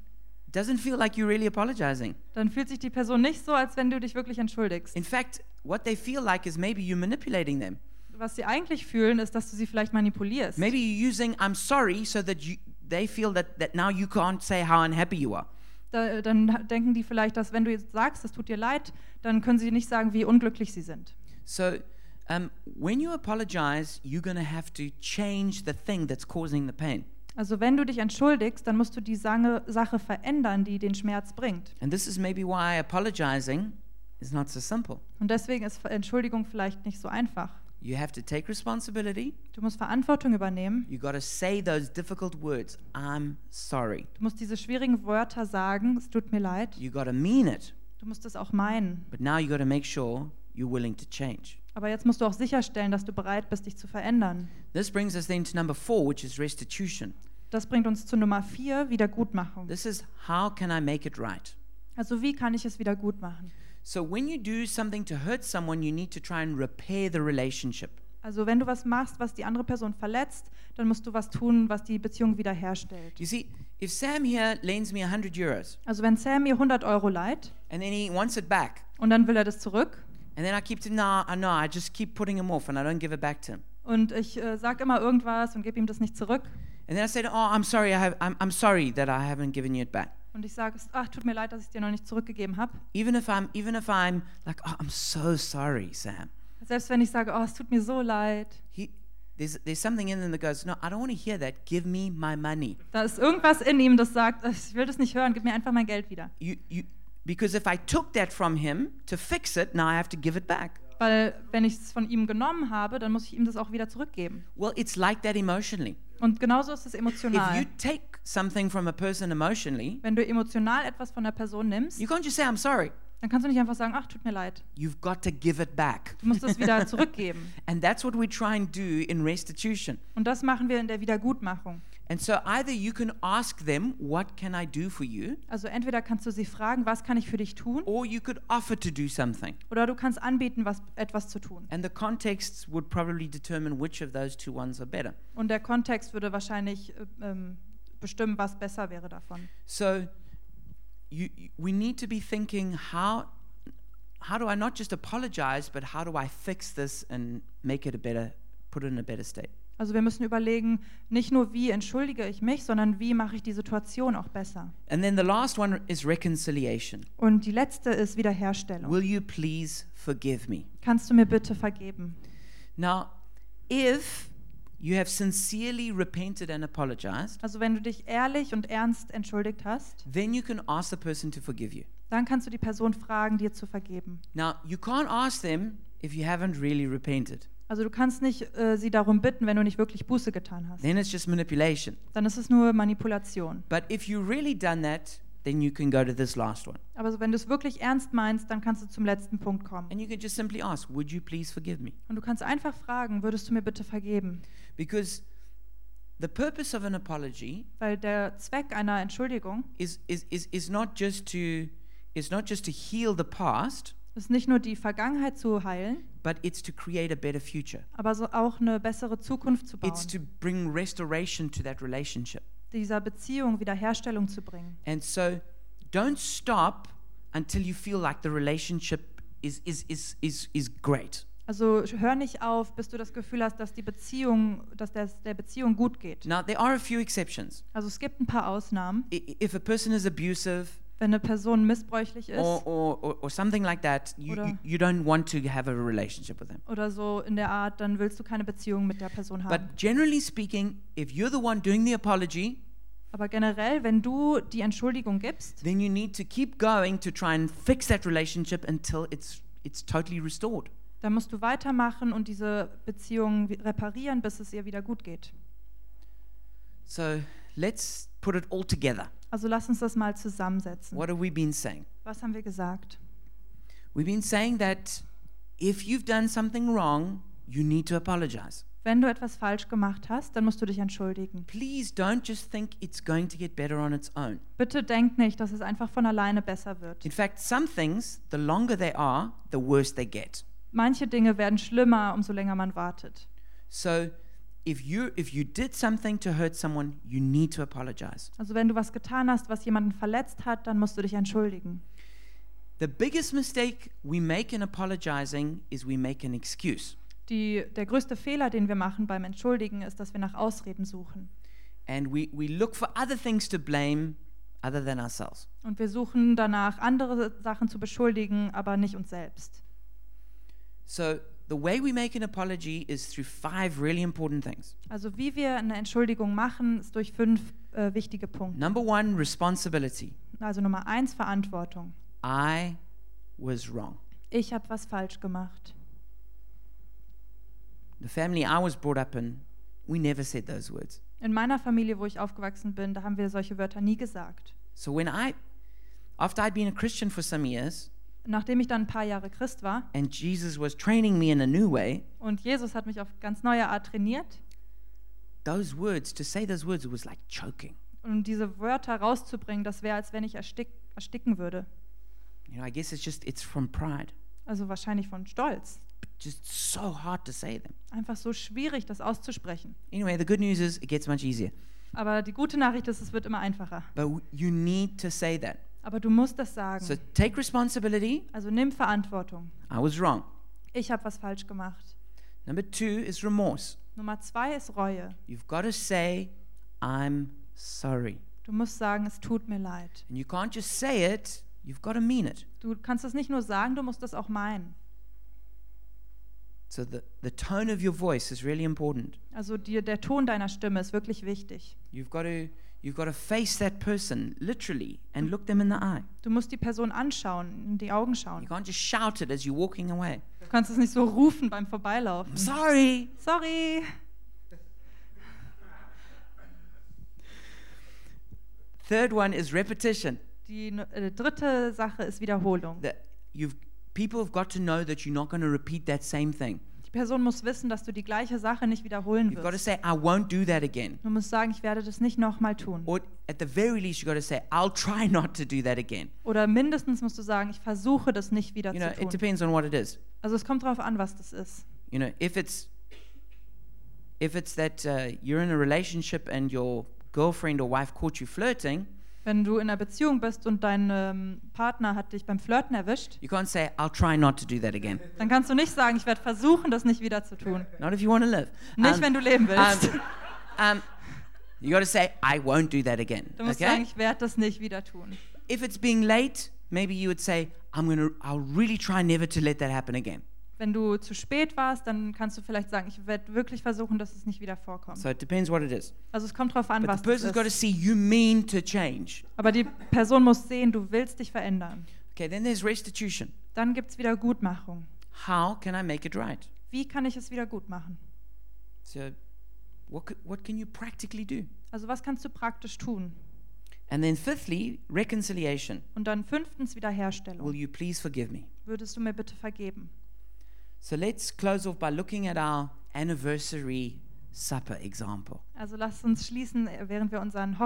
A: doesn't feel like you're really apologizing.
B: dann fühlt sich die Person nicht so, als wenn du dich wirklich entschuldigst.
A: In fact, what they feel like is maybe you're manipulating them.
B: Was sie eigentlich fühlen, ist, dass du sie vielleicht manipulierst.
A: Maybe you're using I'm sorry so that you, they feel that, that now you can't say how unhappy you are.
B: Da, dann ha- denken die vielleicht, dass wenn du jetzt sagst, es tut dir leid, dann können sie nicht sagen, wie unglücklich sie sind.
A: So um, when you apologize, you're going to have to change the thing that's causing the pain.
B: Also wenn du dich entschuldigst, dann musst du die Sange, Sache verändern, die den Schmerz bringt.
A: And this is maybe why apologizing is not so simple.
B: Und deswegen ist Ver- Entschuldigung vielleicht nicht so einfach.
A: You have to take responsibility.
B: Du musst Verantwortung übernehmen.
A: You got to say those difficult words. I'm sorry.
B: Du musst diese schwierigen Wörter sagen, es tut mir leid.
A: You got to mean it.
B: Du musst es auch meinen.
A: But now you got to make sure you're willing to change.
B: Aber jetzt musst du auch sicherstellen, dass du bereit bist, dich zu verändern.
A: This brings us then to number four, which is restitution.
B: Das bringt uns zu Nummer vier, Wiedergutmachung.
A: This is how can I make it right?
B: Also wie kann ich es wieder gut machen?
A: So when you do something to hurt someone, you need to try and repair the relationship.
B: Also wenn du was machst, was die andere Person verletzt, dann musst du was tun, was die Beziehung wiederherstellt.
A: You see, if Sam here lends me 100 euros
B: Also wenn Sam mir 100 Euro leiht
A: and then he wants it back,
B: und dann will er das zurück
A: and then I keep to, no, I know, I just keep putting him off and I don't give it back to him.
B: und ich äh, sag immer irgendwas und gebe ihm das nicht zurück
A: And then I said, oh, I'm sorry, I have, I'm, I'm sorry that I haven't given you it back.
B: und ich sage, ach, tut mir leid, dass ich es dir noch nicht zurückgegeben habe.
A: Even if I'm, even if I'm like, oh, I'm so sorry, Sam.
B: Selbst wenn ich sage, oh, es tut mir so leid,
A: He, there's, there's something in him that goes, no, I don't want to hear that. Give me my money.
B: da ist irgendwas in ihm, das sagt, ich will das nicht hören, gib mir einfach mein Geld wieder.
A: You, you, because if I took that from him to fix it, now I have to give it back.
B: Weil wenn ich es von ihm genommen habe, dann muss ich ihm das auch wieder zurückgeben.
A: Well, it's like that emotionally.
B: Und genauso ist es
A: If
B: emotional.
A: you take something from a person emotionally,
B: Wenn du emotional etwas von der Person nimmst,
A: you can't just say, I'm sorry.
B: dann kannst du nicht einfach sagen, ach, tut mir leid.
A: You've got to give it back.
B: Du musst es wieder zurückgeben.
A: And that's what we try and do in restitution.
B: Und das machen wir in der Wiedergutmachung.
A: And so either you can ask them, What can I do for you?
B: Also entweder kannst du sie fragen, was kann ich für dich tun?
A: Or you could offer to do something.
B: Oder du kannst anbieten, was, etwas zu tun.
A: And the contexts would probably determine which of those two ones are better.
B: Und der Kontext würde wahrscheinlich äh, ähm, bestimmen, was besser wäre davon.
A: So you, you- we need to be thinking how how do I not just apologize, but how do I fix this and make it a better, put it in a better state?
B: Also wir müssen überlegen, nicht nur wie entschuldige ich mich, sondern wie mache ich die Situation auch besser.
A: And then the last one is reconciliation.
B: Und die letzte ist Wiederherstellung.
A: Will you please forgive me?
B: Kannst du mir bitte vergeben?
A: Now, if you have sincerely repented and apologized,
B: Also wenn du dich ehrlich und ernst entschuldigt hast,
A: then you can ask the person to forgive you.
B: dann kannst du die Person fragen, dir zu vergeben.
A: Now, you can't ask them if you haven't really repented.
B: Also du kannst nicht äh, sie darum bitten, wenn du nicht wirklich Buße getan hast.
A: Then it's just manipulation.
B: Dann ist es nur Manipulation.
A: But if you really done that, then you can go to this last one.
B: Aber so, wenn du es wirklich ernst meinst, dann kannst du zum letzten Punkt kommen.
A: And you can just simply ask, Would you please forgive me?
B: Und du kannst einfach fragen, würdest du mir bitte vergeben?
A: Because the purpose of an apology
B: Weil der Zweck einer Entschuldigung
A: is, is, is, is not just to is not just to heal the past,
B: ist nicht nur die Vergangenheit zu heilen,
A: but it's to create a better future.
B: aber so auch eine bessere Zukunft zu bauen,
A: It's to bring restoration to that relationship.
B: dieser Beziehung Wiederherstellung zu bringen.
A: And so don't stop until you feel like the relationship is, is, is, is, is great.
B: Also hör nicht auf, bis du das Gefühl hast, dass die Beziehung, dass das der Beziehung gut geht.
A: Now, there are a few exceptions.
B: Also es gibt ein paar Ausnahmen,
A: I- i- If a person is abusive
B: wenn eine Person missbräuchlich ist
A: or, or, or, or something like that, you, you,
B: Oder-
A: you don't want to have a relationship with them.
B: oder so in der Art, dann willst du keine Beziehung mit der Person haben.
A: But generally speaking, if you're the one doing the apology,
B: aber generell, wenn du die Entschuldigung gibst,
A: then you need to keep going to try and fix that relationship until it's, it's totally restored.
B: dann musst du weitermachen und diese Beziehung wi- reparieren, bis es ihr wieder gut geht.
A: So let's put it all together.
B: Also lass uns das mal zusammensetzen.
A: What have we been saying?
B: Was haben wir gesagt?
A: We've been saying that if you've done something wrong, you need to apologize.
B: Wenn du etwas falsch gemacht hast, dann musst du dich entschuldigen.
A: Please don't just think it's going to get better on its own.
B: Bitte denk nicht, dass es einfach von alleine besser wird.
A: In fact, some things, the longer they are, the worse they get.
B: Manche Dinge werden schlimmer, umso länger man wartet.
A: So if you if you did something to hurt someone, you need to apologize.
B: Also wenn du was getan hast, was jemanden verletzt hat, dann musst du dich entschuldigen.
A: The biggest mistake we make in apologizing is we make an excuse.
B: Die, der größte Fehler, den wir machen beim Entschuldigen, ist, dass wir nach Ausreden suchen.
A: And we, we look for other things to blame other than ourselves.
B: Und wir suchen danach, andere Sachen zu beschuldigen, aber nicht uns selbst.
A: So the way we make an apology is through five really important things.
B: Also wie wir eine Entschuldigung machen, ist durch fünf äh, wichtige Punkte.
A: Number one, responsibility.
B: Also Nummer eins, Verantwortung.
A: I was wrong.
B: Ich habe was falsch gemacht.
A: The family I was brought up in, we never said those words.
B: In meiner Familie, wo ich aufgewachsen bin, da haben wir solche Wörter nie gesagt.
A: So when I After I'd been a Christian for some years
B: Nachdem ich dann ein paar Jahre Christ war
A: and Jesus was training me in a new way,
B: und Jesus hat mich auf ganz neue Art trainiert
A: those words, to say those words was like choking.
B: und um diese Wörter rauszubringen, das wäre, als wenn ich erstick, ersticken würde.
A: You know, I guess it's just it's from pride.
B: Also wahrscheinlich von Stolz.
A: Just so hard to say them.
B: Einfach so schwierig, das auszusprechen.
A: Anyway, the good news is it gets much easier.
B: Aber die gute Nachricht ist, es wird immer einfacher.
A: But w- you need to say that.
B: Aber du musst das sagen.
A: So take responsibility.
B: Also nimm Verantwortung.
A: I was wrong.
B: Ich habe was falsch gemacht.
A: Number two is remorse.
B: Nummer zwei ist Reue.
A: You've got to say, I'm sorry.
B: Du musst sagen, es tut mir leid.
A: And you can't just say it, you've got to mean it.
B: Du kannst das nicht nur sagen, du musst das auch meinen.
A: So the, the tone of your voice is really important.
B: Also dir, der Ton deiner Stimme ist wirklich wichtig.
A: You've got to you've got to face that person literally and look them in the eye.
B: Du musst die Person anschauen, in die Augen schauen.
A: You can't just shout it as you're walking away.
B: Du kannst es nicht so rufen beim Vorbeilaufen.
A: I'm sorry.
B: Sorry.
A: Third one is repetition.
B: Die äh, dritte Sache ist Wiederholung.
A: That you've people have got to know that you're not going to repeat that same thing.
B: Die Person muss wissen, dass du die gleiche Sache nicht wiederholen
A: You've got to
B: wirst.
A: say I won't do that again.
B: Du musst sagen, ich werde das nicht nochmal tun.
A: Or at the very least you've got to say I'll try not to do that again.
B: Oder mindestens musst du sagen, ich versuche das nicht wieder
A: You know, it
B: zu tun.
A: depends on what it is.
B: Also es kommt darauf an, was das ist.
A: You know, if it's if it's that uh, you're in a relationship and your girlfriend or wife caught you flirting,
B: Wenn du in einer Beziehung bist und dein ähm, Partner hat dich beim Flirten erwischt,
A: you can't say I'll try not to do that again.
B: dann kannst du nicht sagen, ich werde versuchen, das nicht wieder zu tun.
A: Not if you want to live.
B: Nicht,
A: Um,
B: wenn du leben willst.
A: um, um, you got to say I won't do that again.
B: du musst sagen,
A: Okay.
B: ich werde das nicht wieder tun.
A: If it's being late, maybe you would say I'm gonna. I'll really try never to let that happen again.
B: Wenn du zu spät warst, dann kannst du vielleicht sagen, ich werde wirklich versuchen, dass es nicht wieder vorkommt.
A: So it depends what it is.
B: Also es kommt darauf an,
A: But
B: was
A: the person's
B: das
A: got to
B: ist.
A: see you mean to change.
B: Aber die Person muss sehen, du willst dich verändern.
A: Okay. Then there's restitution.
B: Dann gibt es Wiedergutmachung.
A: How can I make it right?
B: Wie kann ich es wieder gut machen?
A: So, what c- what can you practically do?
B: Also was kannst du praktisch tun?
A: And then fifthly, reconciliation.
B: Und dann fünftens
A: Will
B: Wiederherstellung.
A: you please forgive me?
B: Würdest du mir bitte vergeben?
A: So let's close off by looking at our anniversary supper example.
B: Also lasst uns schließen, äh, während wir unseren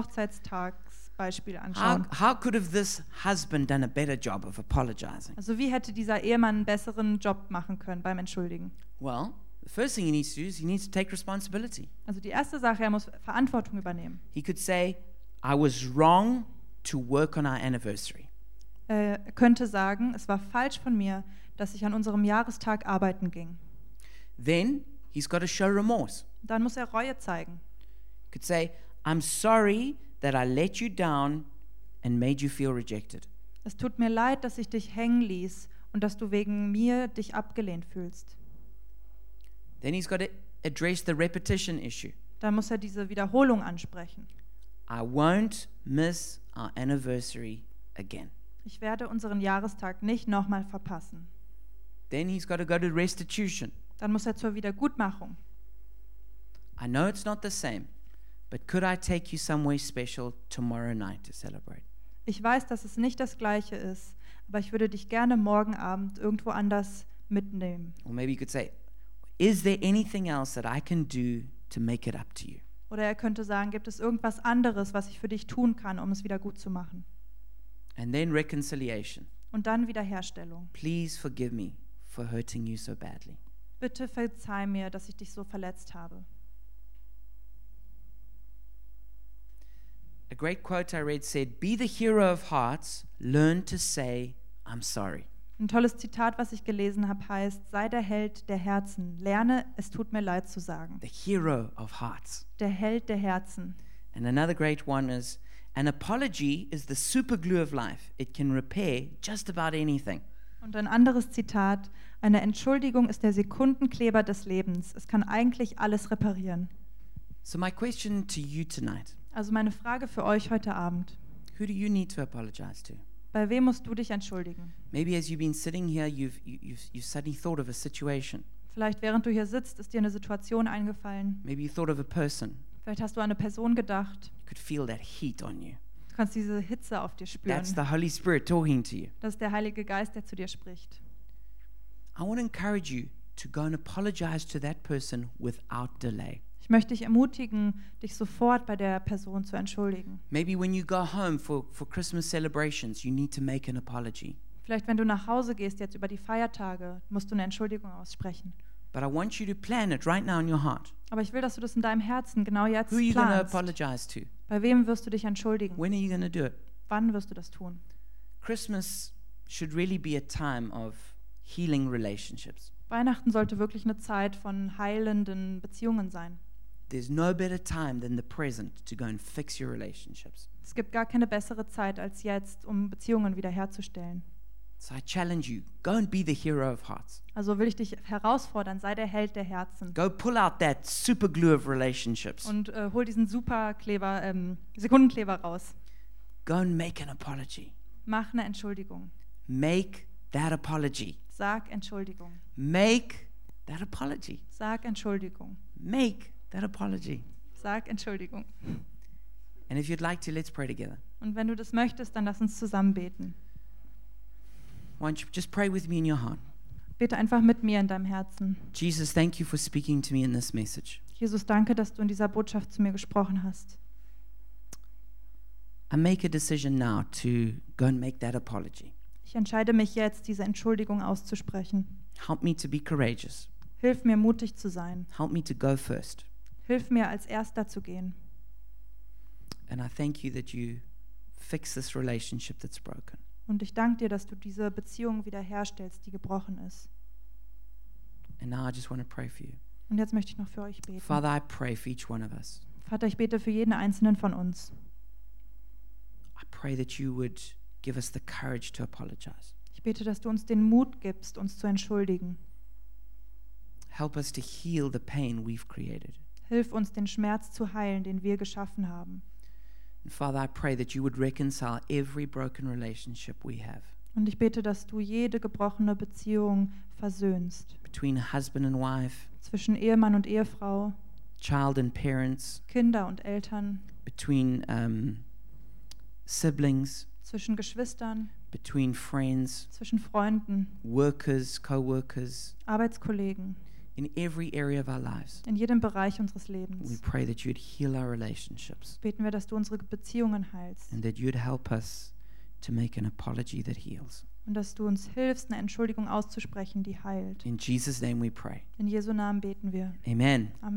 B: Hochzeitstagsbeispiel
A: How,
B: anschauen.
A: how could have this husband done a better job of apologizing?
B: Also wie hätte dieser Ehemann einen besseren Job machen können beim Entschuldigen?
A: Well, the first thing he needs to do is he needs to take responsibility.
B: Also die erste Sache, er muss Verantwortung übernehmen.
A: He could say, I was wrong to work on our anniversary.
B: Äh, Er könnte sagen, es war falsch von mir, dass ich an unserem Jahrestag arbeiten ging.
A: Then he's got to show remorse.
B: Dann muss er Reue zeigen.
A: He could say, I'm sorry that I let you down and made you feel rejected.
B: Es tut mir leid, dass ich dich hängen ließ und dass du wegen mir dich abgelehnt fühlst.
A: Then he's got to address the repetition issue.
B: Dann muss er diese Wiederholung ansprechen.
A: I won't miss our anniversary again.
B: Ich werde unseren Jahrestag nicht nochmal verpassen.
A: Then he's got to go to restitution.
B: Dann muss er zur Wiedergutmachung.
A: I know it's not the same, but could I take you somewhere special tomorrow night to celebrate?
B: Ich weiß, dass es nicht das Gleiche ist, aber ich würde dich gerne morgen Abend irgendwo anders mitnehmen.
A: Or maybe you could say, Is there anything else that I can do to make it up to you?
B: Oder er könnte sagen, gibt es irgendwas anderes, was ich für dich tun kann, um es wieder gut zu machen?
A: And then reconciliation.
B: Und dann Wiederherstellung.
A: Please forgive me for hurting you so badly.
B: Bitte verzeih mir, dass ich dich so verletzt habe.
A: A great quote I read said, Be the hero of hearts, learn to say, I'm sorry.
B: Ein tolles Zitat, was ich gelesen habe, heißt, sei der Held der Herzen, lerne, es tut mir leid zu sagen.
A: The hero of hearts.
B: Der Held der Herzen.
A: And another great one is an apology is the super glue of life. It can repair just about anything.
B: Und ein anderes Zitat, eine Entschuldigung ist der Sekundenkleber des Lebens. Es kann eigentlich alles reparieren.
A: So my question to you tonight,
B: Also meine Frage für euch heute Abend.
A: who do you need to apologize to?
B: Bei wem musst du dich entschuldigen?
A: Maybe as you've been sitting here, you've, you, you've, you've suddenly thought of a situation.
B: Vielleicht während du hier sitzt, ist dir eine Situation eingefallen.
A: Maybe you thought of a person.
B: Vielleicht hast du an eine Person gedacht.
A: You could feel that heat on you.
B: Du kannst diese Hitze auf dir spüren.
A: That's the Holy Spirit talking to you.
B: Das ist der Heilige Geist, der zu dir spricht.
A: I want to encourage you to go and apologize to that person without delay.
B: Ich möchte dich ermutigen, dich sofort bei der Person zu entschuldigen.
A: Maybe when you go home for, for Christmas celebrations, you need to make an apology.
B: Vielleicht, wenn du nach Hause gehst, jetzt über die Feiertage, musst du eine Entschuldigung aussprechen.
A: But I want you to plan it right now in your heart.
B: Aber ich will, dass du das in deinem Herzen genau jetzt
A: Who are you going to
B: planst.
A: apologize to?
B: Bei wem wirst du dich entschuldigen?
A: When are you going to do it?
B: Wann wirst du das tun?
A: Christmas should really be a time of healing relationships.
B: Weihnachten sollte wirklich eine Zeit von heilenden Beziehungen sein.
A: There's no better time than the present to go and fix your relationships.
B: Es gibt gar keine bessere Zeit als jetzt, um Beziehungen wiederherzustellen.
A: So I challenge you go and be the hero of hearts.
B: Also will ich dich herausfordern, sei der Held der Herzen
A: Go pull out that super glue of relationships.
B: und äh, hol diesen Superkleber, ähm, Sekundenkleber raus.
A: Go and make an apology.
B: Mach eine Entschuldigung.
A: Make that apology.
B: Sag Entschuldigung.
A: Make that apology.
B: Sag Entschuldigung.
A: Make that apology.
B: Sag Entschuldigung.
A: And if you'd like to, let's pray together.
B: Und wenn du das möchtest, dann lass uns zusammen beten.
A: Why don't you just pray with me in your heart?
B: Bete einfach mit mir in deinem Herzen.
A: Jesus, thank you for speaking to me in this message.
B: Jesus, danke, dass du in dieser Botschaft zu mir gesprochen hast.
A: I make a decision now to go and make that apology.
B: Ich entscheide mich jetzt, diese Entschuldigung auszusprechen.
A: Help me to be courageous.
B: Hilf mir, mutig zu sein.
A: Help me to go first.
B: Hilf mir, als Erster zu gehen.
A: And I thank you that you fix this relationship that's broken.
B: Und ich danke dir, dass du diese Beziehung wiederherstellst, die gebrochen ist.
A: And now I just want to pray for you.
B: Und jetzt möchte ich noch für euch beten.
A: Father, I pray for each one of us.
B: Vater, ich bete für jeden einzelnen von uns.
A: I pray that you would give us the courage to apologize.
B: Ich bete, dass du uns den Mut gibst, uns zu entschuldigen.
A: Help us to heal the pain we've created.
B: Hilf uns, den Schmerz zu heilen, den wir geschaffen haben.
A: And Father, I pray that you would reconcile every broken relationship we have
B: Und ich bete, dass du jede gebrochene Beziehung versöhnst.
A: between husband and wife,
B: Zwischen Ehemann und Ehefrau,
A: child and parents,
B: Kinder und Eltern,
A: between um, siblings,
B: zwischen Geschwistern,
A: between friends,
B: zwischen Freunden,
A: workers, co workers,
B: Arbeitskollegen,
A: in every area of our lives.
B: in jedem Bereich unseres
A: We
B: Lebens.
A: pray that you'd heal our relationships
B: Beten wir, dass du unsere Beziehungen heilst
A: and that you'd help us to make an apology that heals.
B: und dass du uns hilfst, eine Entschuldigung auszusprechen, die heilt.
A: In Jesus' name we pray.
B: In Jesu Namen beten wir.
A: Amen.
B: Amen.